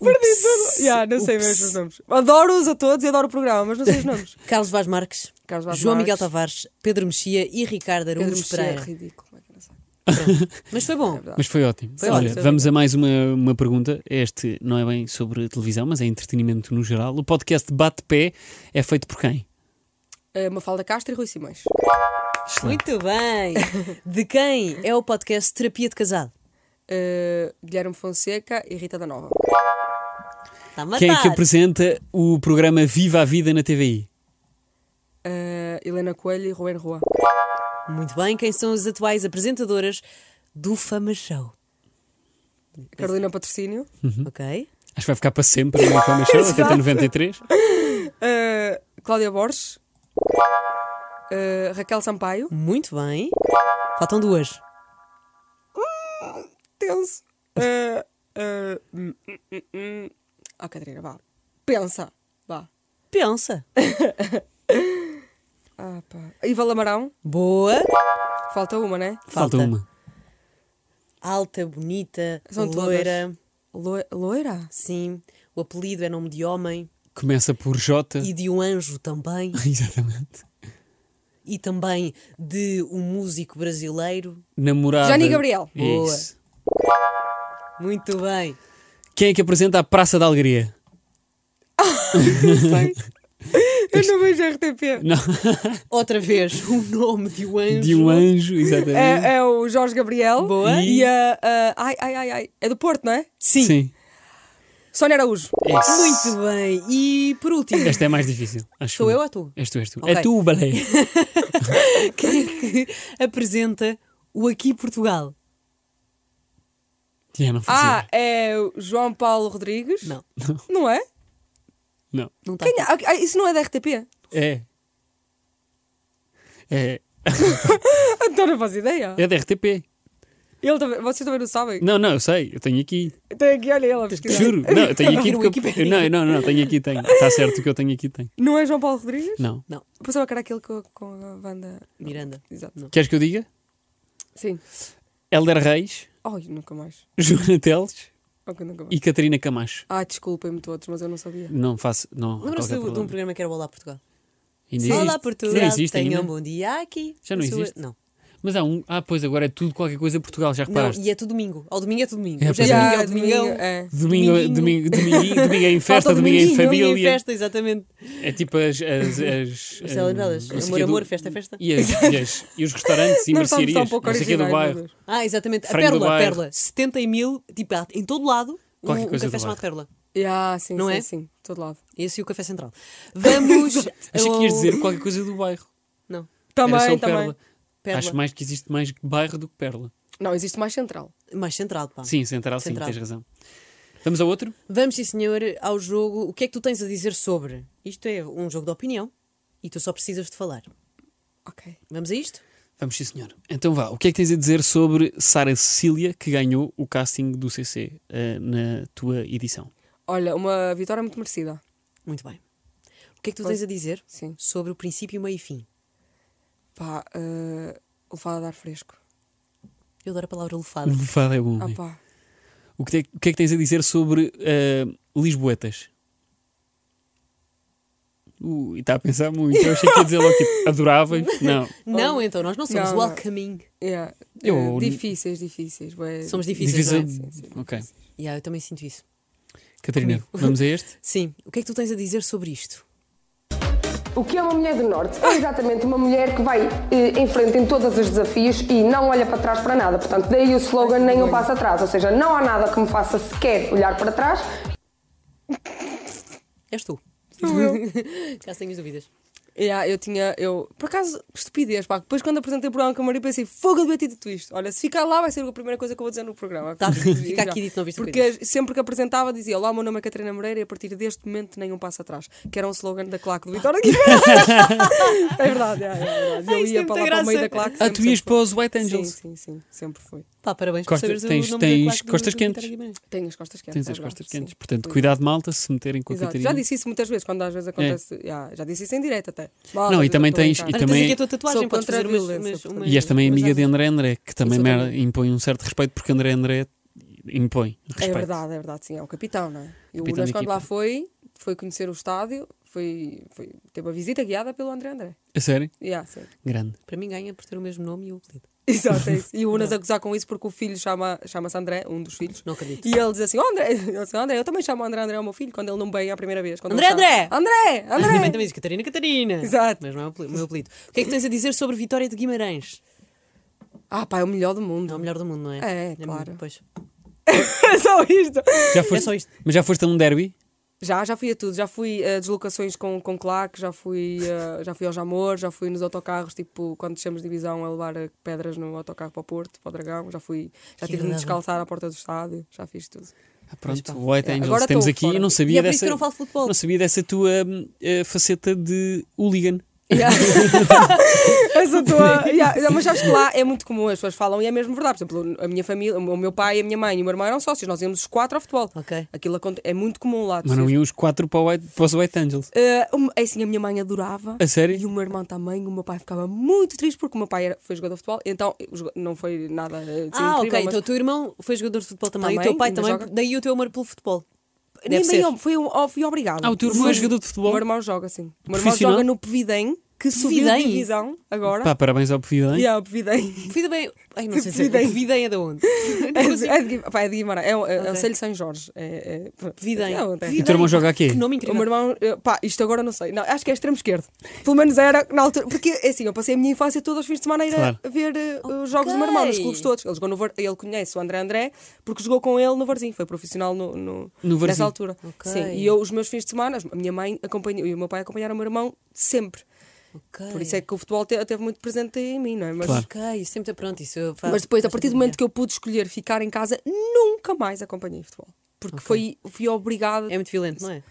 Speaker 1: Perdi tudo. Já, não sei mesmo os nomes. Adoro-os a todos e adoro o programa, mas não sei os nomes.
Speaker 2: Carlos Vaz Marques,
Speaker 1: Carlos Vaz
Speaker 2: João
Speaker 1: Marques.
Speaker 2: Miguel Tavares, Pedro Mexia e Ricardo
Speaker 1: Pedro
Speaker 2: Araújo
Speaker 1: Mexia,
Speaker 2: Pereira.
Speaker 1: ridículo. como é que eu não sei?
Speaker 2: Mas foi bom.
Speaker 1: verdade.
Speaker 3: Ah, Mas foi ótimo.
Speaker 2: Foi
Speaker 3: Olha,
Speaker 2: ótimo.
Speaker 3: vamos a mais uma, uma pergunta. Este não é bem sobre televisão, mas é entretenimento no geral. O podcast Bate Pé é feito por quem?
Speaker 1: Eh, Mafalda Castro e Rui Simões.
Speaker 3: Excelente.
Speaker 2: Muito bem. De quem é o podcast Terapia de Casado?
Speaker 1: Uh, Guilherme Fonseca e Rita da Nova.
Speaker 2: Está a matar.
Speaker 3: Quem é que apresenta o programa Viva a Vida na TVI?
Speaker 1: Uh, Helena Coelho e Rubén Rua.
Speaker 2: Muito bem. Quem são as atuais apresentadoras do Fama Show?
Speaker 1: Carolina Patrocínio.
Speaker 3: Uhum.
Speaker 2: Ok?
Speaker 3: Acho que vai ficar para sempre no Fama Show, até ter 93.
Speaker 1: Uh, Cláudia Borges. Uh, Raquel Sampaio.
Speaker 2: Muito bem. Faltam duas.
Speaker 1: Tenso. Uh, uh, hum, hum, hum, hum. Ah, Catarina, vá. Pensa. Vá.
Speaker 2: Pensa.
Speaker 1: Ah, pá. Iva Lamarão.
Speaker 2: Boa.
Speaker 1: Falta uma, né?
Speaker 2: Falta.
Speaker 3: Falta, uma.
Speaker 2: Alta, bonita,
Speaker 1: São
Speaker 2: loira.
Speaker 1: Loi- loira?
Speaker 2: Sim. O apelido é nome de homem
Speaker 3: Começa por J.
Speaker 2: e de um anjo também.
Speaker 3: Exatamente.
Speaker 2: E também de um músico brasileiro.
Speaker 3: Namorada.
Speaker 1: Jani Gabriel.
Speaker 3: É
Speaker 2: Boa.
Speaker 3: isso.
Speaker 2: Muito bem.
Speaker 3: Quem é que apresenta a Praça da Alegria?
Speaker 1: Eu não vejo RTP.
Speaker 3: Não.
Speaker 2: Outra vez, o nome de um anjo.
Speaker 3: De um anjo, exatamente.
Speaker 1: É, é o Jorge Gabriel.
Speaker 2: Boa.
Speaker 1: E a. a- ai, ai, ai, ai. É do Porto, não é?
Speaker 3: Sim.
Speaker 1: Sónia Araújo.
Speaker 3: É isso.
Speaker 2: Muito bem. E por último,
Speaker 3: Esta é mais difícil. Acho
Speaker 2: sou eu ou tu?
Speaker 3: És tu, és tu.
Speaker 2: Ok.
Speaker 3: É tu, balé.
Speaker 2: Quem é que apresenta o Aqui Portugal?
Speaker 3: Já não fazia.
Speaker 1: Ah, é o João Paulo Rodrigues.
Speaker 2: Não,
Speaker 1: Não é?
Speaker 3: Não.
Speaker 2: não tá está.
Speaker 1: Quem é? Ah, isso não é da RTP?
Speaker 3: É. É.
Speaker 1: Então não faço ideia.
Speaker 3: É da RTP.
Speaker 1: Ele também, vocês também não sabem.
Speaker 3: Não, não, eu sei. Eu tenho aqui.
Speaker 1: Tem aqui, olha ele a pesquisar.
Speaker 3: Juro. Não, eu tenho aqui
Speaker 2: No
Speaker 3: porque. eu- Eu, não,
Speaker 2: Wikipedia.
Speaker 3: não, não, tenho aqui, tenho. Está certo o que eu tenho aqui, tenho.
Speaker 1: Não é João Paulo Rodrigues?
Speaker 3: Não.
Speaker 2: Não,
Speaker 1: Passava que era aquele com, com a banda.
Speaker 2: Miranda.
Speaker 1: Exato.
Speaker 2: Não.
Speaker 3: Queres que eu diga?
Speaker 1: Sim.
Speaker 3: Helder Reis,
Speaker 1: Ai, nunca mais.
Speaker 3: Joana Teles
Speaker 1: Ok, nunca mais.
Speaker 3: e Catarina Camacho.
Speaker 1: Ah, desculpem-me todos, mas eu não sabia.
Speaker 3: Não faço. Não, há
Speaker 2: Lembra-se de, de
Speaker 3: qualquer
Speaker 2: um
Speaker 3: problema.
Speaker 2: programa que era o Olá Portugal?
Speaker 3: Ainda
Speaker 2: Olá
Speaker 3: existe?
Speaker 2: Portugal,
Speaker 3: Não existe
Speaker 2: tenham um
Speaker 3: ainda.
Speaker 2: bom dia aqui.
Speaker 3: Já não
Speaker 2: A sua-
Speaker 3: existe?
Speaker 2: Não.
Speaker 3: Mas há um. Ah, pois agora é tudo qualquer coisa Portugal, já
Speaker 2: não.
Speaker 3: reparaste?
Speaker 2: E é tudo domingo. Ao domingo é tudo domingo.
Speaker 3: É,
Speaker 2: Hoje é
Speaker 3: pois é.
Speaker 2: domingo, é o
Speaker 1: domingo,
Speaker 2: domingão.
Speaker 3: Domingo,
Speaker 1: é.
Speaker 3: domingo,
Speaker 2: Dominguinho.
Speaker 3: domingo, domingo é em festa,
Speaker 2: Falta
Speaker 3: domingo é em
Speaker 2: dominguinho, domingo em
Speaker 3: família.
Speaker 2: festa, exatamente.
Speaker 3: É tipo as. as, as
Speaker 2: As telenovelas.
Speaker 3: hum, não sei
Speaker 2: Amor,
Speaker 3: quê
Speaker 2: amor, festa, festa.
Speaker 3: E, as, e, as- e os restaurantes e
Speaker 1: Nós estamos tão
Speaker 3: mercearias.
Speaker 1: pouco
Speaker 3: Não sei quê do
Speaker 1: originais. meu
Speaker 3: bairro.
Speaker 1: Deus.
Speaker 2: Ah, exatamente. A
Speaker 3: Frango do
Speaker 2: Pérola, a
Speaker 3: bairro.
Speaker 2: Pérola. 70 mil, tipo, há em todo lado, um,
Speaker 3: Qualquer
Speaker 2: um
Speaker 3: coisa
Speaker 2: café
Speaker 3: do
Speaker 2: chamado
Speaker 3: bairro.
Speaker 2: Pérola.
Speaker 1: Yeah, sim,
Speaker 2: Não
Speaker 1: sim,
Speaker 2: é?
Speaker 1: sim. Todo lado.
Speaker 2: Esse e o Café Central. Vamos.
Speaker 3: Achei que
Speaker 2: ao-
Speaker 3: ias dizer qualquer coisa do bairro.
Speaker 2: Não.
Speaker 1: Também,
Speaker 3: Era só o
Speaker 1: também.
Speaker 3: Perla.
Speaker 2: Pérola.
Speaker 3: Acho mais que existe mais bairro do que Perla.
Speaker 1: Não, existe mais central.
Speaker 2: Mais central,
Speaker 1: Ah.
Speaker 2: pá.
Speaker 3: Sim, Central,
Speaker 2: Central.
Speaker 3: sim, tens razão. Vamos ao outro?
Speaker 2: Vamos, sim, senhor, ao jogo. O que é que tu tens a dizer sobre? Isto é um jogo de opinião e tu só precisas de falar.
Speaker 1: Ok.
Speaker 2: Vamos a isto?
Speaker 3: Vamos, sim, senhor. Então vá, o que é que tens a dizer sobre Sara Cecília, que ganhou o casting do CC eh, na tua edição?
Speaker 1: Olha, uma vitória muito merecida.
Speaker 2: Muito bem. O que é que tu
Speaker 1: Pois.
Speaker 2: tens a dizer
Speaker 1: Sim.
Speaker 2: sobre o princípio, meio e fim?
Speaker 1: Pá, eh, levada a dar fresco.
Speaker 2: Eu adoro a palavra lefada.
Speaker 3: O fado é bom.
Speaker 1: Ah,
Speaker 3: é?
Speaker 1: pá.
Speaker 3: O que, é, o que é que tens a dizer sobre eh, Lisboetas? Uh, e está a pensar muito. Eu achei que ia dizer logo tipo, adoráveis. Não.
Speaker 2: Não, então, nós não somos
Speaker 1: Não, não.
Speaker 2: welcoming.
Speaker 1: Yeah.
Speaker 3: Eu-
Speaker 1: Eh, difíceis, difíceis. bué.
Speaker 2: Somos difíceis,
Speaker 3: Difícil-
Speaker 2: não é?
Speaker 1: Sim, sim.
Speaker 3: Ok.
Speaker 2: Yeah, eu também sinto isso.
Speaker 3: Catarina, vamos a este?
Speaker 2: Sim, o que é que tu tens a dizer sobre isto?
Speaker 5: O que é uma mulher do Norte? É exatamente uma mulher que vai eh, em frente em todos os desafios e não olha para trás para nada. Portanto, daí o slogan nem um passo atrás. Ou seja, não há nada que me faça sequer olhar para trás.
Speaker 2: És tu. Já tenho as dúvidas.
Speaker 1: Yeah, eu tinha, eu, por acaso, estupidez, pá. Depois, quando apresentei o programa com a Maria, pensei, fogo, eu devia ter dito isto. Olha, se ficar lá, vai ser a primeira coisa que eu vou dizer no programa.
Speaker 2: Tá,
Speaker 1: Porque-
Speaker 2: fica aqui dito, não viste
Speaker 1: Porque sempre que apresentava, dizia, olá, o meu nome é Catarina Moreira e a partir deste momento, nenhum passo atrás. Que era um slogan da claque do Vitória Guimarães. é verdade, é, é verdade. Eu
Speaker 2: Ai, isto tem
Speaker 1: ia para
Speaker 2: muita
Speaker 1: lá para o meio
Speaker 2: graça.
Speaker 1: da claque.
Speaker 3: Ah,
Speaker 1: sempre,
Speaker 3: tu ias
Speaker 1: sempre
Speaker 3: para
Speaker 1: foi.
Speaker 3: os White Angels.
Speaker 1: Sim, sim, sim, sempre foi.
Speaker 2: Pá, parabéns
Speaker 3: Costa-
Speaker 2: por saberes
Speaker 3: tens-
Speaker 2: o nome da
Speaker 3: tens
Speaker 2: claque do-
Speaker 3: costas
Speaker 2: do
Speaker 3: quentes.
Speaker 2: Vitória Guimarães.
Speaker 1: Tenho as costas quentes.
Speaker 3: Tens
Speaker 1: é
Speaker 3: as
Speaker 1: verdade,
Speaker 3: costas
Speaker 1: sim.
Speaker 3: quentes. Portanto,
Speaker 1: Foi.
Speaker 3: cuidado, malta, se meterem com a
Speaker 1: Exato.
Speaker 3: Catarina. É.
Speaker 1: Já disse isso muitas vezes, quando às vezes acontece. Yeah, já disse isso em direto até.
Speaker 3: Não, e também tens-
Speaker 1: E
Speaker 3: e
Speaker 2: Olha,
Speaker 3: também-
Speaker 2: tens aqui a tua tatuagem,
Speaker 1: Sou
Speaker 2: podes
Speaker 1: contra a
Speaker 2: fazer umas,
Speaker 1: violência,
Speaker 2: umas,
Speaker 1: portanto.
Speaker 2: umas,
Speaker 3: E és também
Speaker 2: umas
Speaker 3: amiga de
Speaker 2: asas.
Speaker 3: André André, que também mer-
Speaker 2: Exatamente.
Speaker 3: impõe um certo respeito, porque André André impõe
Speaker 1: É
Speaker 3: respeito.
Speaker 1: verdade, é verdade, sim, é o capitão, não é? E o
Speaker 3: Capitão
Speaker 1: Unas,
Speaker 3: da
Speaker 1: quando lá
Speaker 3: equipa.
Speaker 1: foi, foi conhecer o estádio, foi, foi, teve uma visita guiada pelo André André.
Speaker 3: A sério?
Speaker 1: Yeah, sim.
Speaker 3: Grande.
Speaker 2: Para mim ganha por ter o mesmo nome e o apelido.
Speaker 1: Exato, é isso. E o Unas a gozar com isso porque o filho chama- chama-se André, um dos filhos.
Speaker 2: Não acredito.
Speaker 1: E ele diz assim: oh, André, ele diz, André, eu também chamo André André ao meu filho quando ele não vem à primeira vez. Quando
Speaker 2: André,
Speaker 1: ele está- André!
Speaker 2: Minha mãe
Speaker 1: André!
Speaker 2: também diz Catarina Catarina.
Speaker 1: Exato.
Speaker 2: Mas não é o apelido- o meu apelido. O que é que tens a dizer sobre Vitória de Guimarães?
Speaker 1: Ah, pá, é o melhor do
Speaker 2: É o
Speaker 1: mundo.
Speaker 2: melhor do mundo, não é?
Speaker 1: É,
Speaker 2: muito-
Speaker 1: claro.
Speaker 2: Pois.
Speaker 1: É só isto.
Speaker 3: Já foste,
Speaker 2: só isto.
Speaker 3: Mas já foste a um derby?
Speaker 1: Já, já fui a tudo. Já fui a deslocações com, com claque, já fui, a- já fui ao Jamor, já fui nos autocarros, tipo, quando deixamos divisão a levar eh, pedras no autocarro para o Porto, para o Dragão, já fui,
Speaker 2: Que
Speaker 1: já tive de me
Speaker 2: agradável.
Speaker 1: descalçar à porta do estádio, já fiz tudo.
Speaker 3: Ah, pronto, White
Speaker 1: É,
Speaker 3: Angels
Speaker 1: agora
Speaker 3: temos
Speaker 1: estou
Speaker 3: aqui.
Speaker 1: fora.
Speaker 3: Eu não
Speaker 2: E
Speaker 3: sabia
Speaker 2: é por isso
Speaker 3: dessa.
Speaker 2: que eu não falo de futebol.
Speaker 3: não sabia dessa tua hum, eh, faceta de hooligan.
Speaker 1: Essa tua. Yeah, não, mas sabes que lá é muito comum, as pessoas falam e é mesmo verdade. Por exemplo, a minha família, o meu pai, a minha mãe e o meu irmão eram sócios, nós íamos os quatro ao futebol.
Speaker 2: Ok.
Speaker 1: Aquilo aconte- é muito comum lá. tu
Speaker 3: Mas não
Speaker 1: sabes.
Speaker 3: iam os quatro para, o White, para os White Angels.
Speaker 1: Eh, um- é assim, a minha mãe adorava.
Speaker 3: A sério?
Speaker 1: E o meu irmão também. O meu pai ficava muito triste porque o meu pai era- foi jogador de futebol. Então o jogo- não foi nada. eh, assim,
Speaker 2: Ah,
Speaker 1: incrível,
Speaker 2: ok.
Speaker 1: mas-
Speaker 2: Então o teu irmão foi jogador de futebol também. e o
Speaker 1: Também,
Speaker 2: teu pai
Speaker 1: ainda
Speaker 2: também.
Speaker 1: joga.
Speaker 2: Daí o teu amor pelo futebol.
Speaker 1: Nem
Speaker 2: Deve
Speaker 1: bem
Speaker 2: ser.
Speaker 1: eu, fui, eu fui obrigado.
Speaker 3: Ah, o teu irmão é jogador de futebol?
Speaker 1: O meu irmão joga, sim. O meu irmão
Speaker 3: Profissional?
Speaker 1: joga no Pevidém, que subiu de
Speaker 2: Pevidém?
Speaker 1: divisão agora.
Speaker 3: Pá, parabéns ao Pevidão.
Speaker 1: E é o Pevidém.
Speaker 2: Vida bem. Ai, não sei se
Speaker 1: Vida
Speaker 2: é.
Speaker 1: em-
Speaker 2: Vida em é de onde?
Speaker 1: É de, é de Guim- pá, é de Guimarães. É, o- é, é o
Speaker 2: Ok.
Speaker 1: Celho São Jorge. É, é,
Speaker 2: Vida em.
Speaker 1: é onde é.
Speaker 3: E o teu irmão joga aqui?
Speaker 2: Que nome
Speaker 1: O meu
Speaker 2: incrível.
Speaker 1: irmão, eh, pá, isto agora não sei. Não, acho que é extremo esquerdo. Pelo menos era na altura. Porque é assim, eu passei a minha infância todos os fins de semana a ir
Speaker 3: Claro.
Speaker 1: a ver eh, os jogos do meu irmão, nos
Speaker 2: Ok.
Speaker 1: clubes todos. Ele, jogou no Var- ele conhece o André André porque jogou com ele no Varzim. Foi profissional no, no,
Speaker 3: No Varzim.
Speaker 1: nessa altura.
Speaker 2: Ok.
Speaker 1: Sim, e eu, os meus fins de semana, a minha mãe acompanhou, e o meu pai acompanharam o meu irmão sempre.
Speaker 2: Ok.
Speaker 1: Por isso é que o futebol te- teve muito presente em mim, não é? Mas,
Speaker 3: Claro.
Speaker 2: Ok, isso sempre está pronto. Isso
Speaker 1: mas depois, a partir do momento que eu pude escolher ficar em casa, nunca mais acompanhei futebol. Porque foi, fui obrigada.
Speaker 2: É muito violento, não é?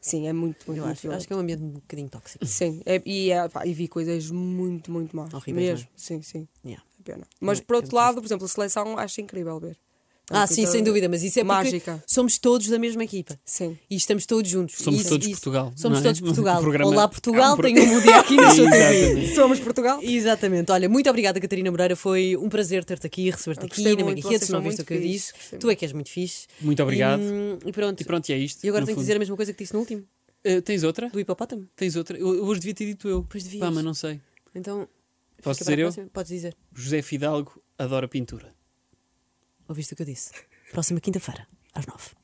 Speaker 1: Sim, é muito, muito,
Speaker 2: Eu
Speaker 1: muito
Speaker 2: acho. Acho que é um ambiente um bocadinho tóxico.
Speaker 1: Sim, é- e, é- pá, e vi coisas muito, muito más.
Speaker 2: Horríveis,
Speaker 1: mesmo.
Speaker 2: não
Speaker 1: Sim, sim.
Speaker 2: Yeah.
Speaker 1: É pena. Mas por outro lado, por exemplo, a seleção acho incrível ver. É uma
Speaker 2: Ah, sim,
Speaker 1: coisa-
Speaker 2: sem dúvida, mas isso é porque
Speaker 1: mágica.
Speaker 2: somos todos da mesma equipa.
Speaker 1: Sim.
Speaker 2: E estamos todos juntos.
Speaker 3: Somos
Speaker 2: Isso-
Speaker 3: todos
Speaker 2: isso-
Speaker 3: Portugal,
Speaker 2: Somos
Speaker 3: não é?
Speaker 2: todos
Speaker 3: Um
Speaker 2: Portugal.
Speaker 3: programa-
Speaker 2: Olá
Speaker 3: É
Speaker 2: Portugal,
Speaker 3: um pro-
Speaker 2: tenho um dia aqui na sua TV.
Speaker 3: Exatamente.
Speaker 1: Somos Portugal?
Speaker 2: Exatamente. Olha, muito obrigada, Catarina Moreira. Foi um prazer ter-te aqui, receber-te
Speaker 1: Eu
Speaker 2: aqui
Speaker 1: gostei
Speaker 2: na
Speaker 1: muito,
Speaker 2: Mega Hits.
Speaker 1: vocês
Speaker 2: Não
Speaker 1: são
Speaker 2: viste o
Speaker 1: muito
Speaker 2: que eu
Speaker 1: fixe,
Speaker 2: disse.
Speaker 1: gostei
Speaker 2: Tu é que és muito fixe.
Speaker 3: Muito obrigado.
Speaker 2: E, e pronto.
Speaker 3: E pronto, e é isto.
Speaker 2: E agora
Speaker 3: no
Speaker 2: tenho que
Speaker 3: fundo.
Speaker 2: dizer a mesma coisa que disse no último,
Speaker 3: Eh, tens outra?
Speaker 2: do hipopótamo.
Speaker 3: Tens outra? Eu, eu hoje devia ter dito eu.
Speaker 2: Pois devias.
Speaker 3: Pá, mas não sei.
Speaker 2: Então.
Speaker 3: Posso
Speaker 2: fica para
Speaker 3: dizer
Speaker 2: a
Speaker 3: eu?
Speaker 2: próxima. Podes dizer.
Speaker 3: José Fidalgo adora pintura.
Speaker 2: Ouviste o que eu disse? Próxima quinta-feira, às nove.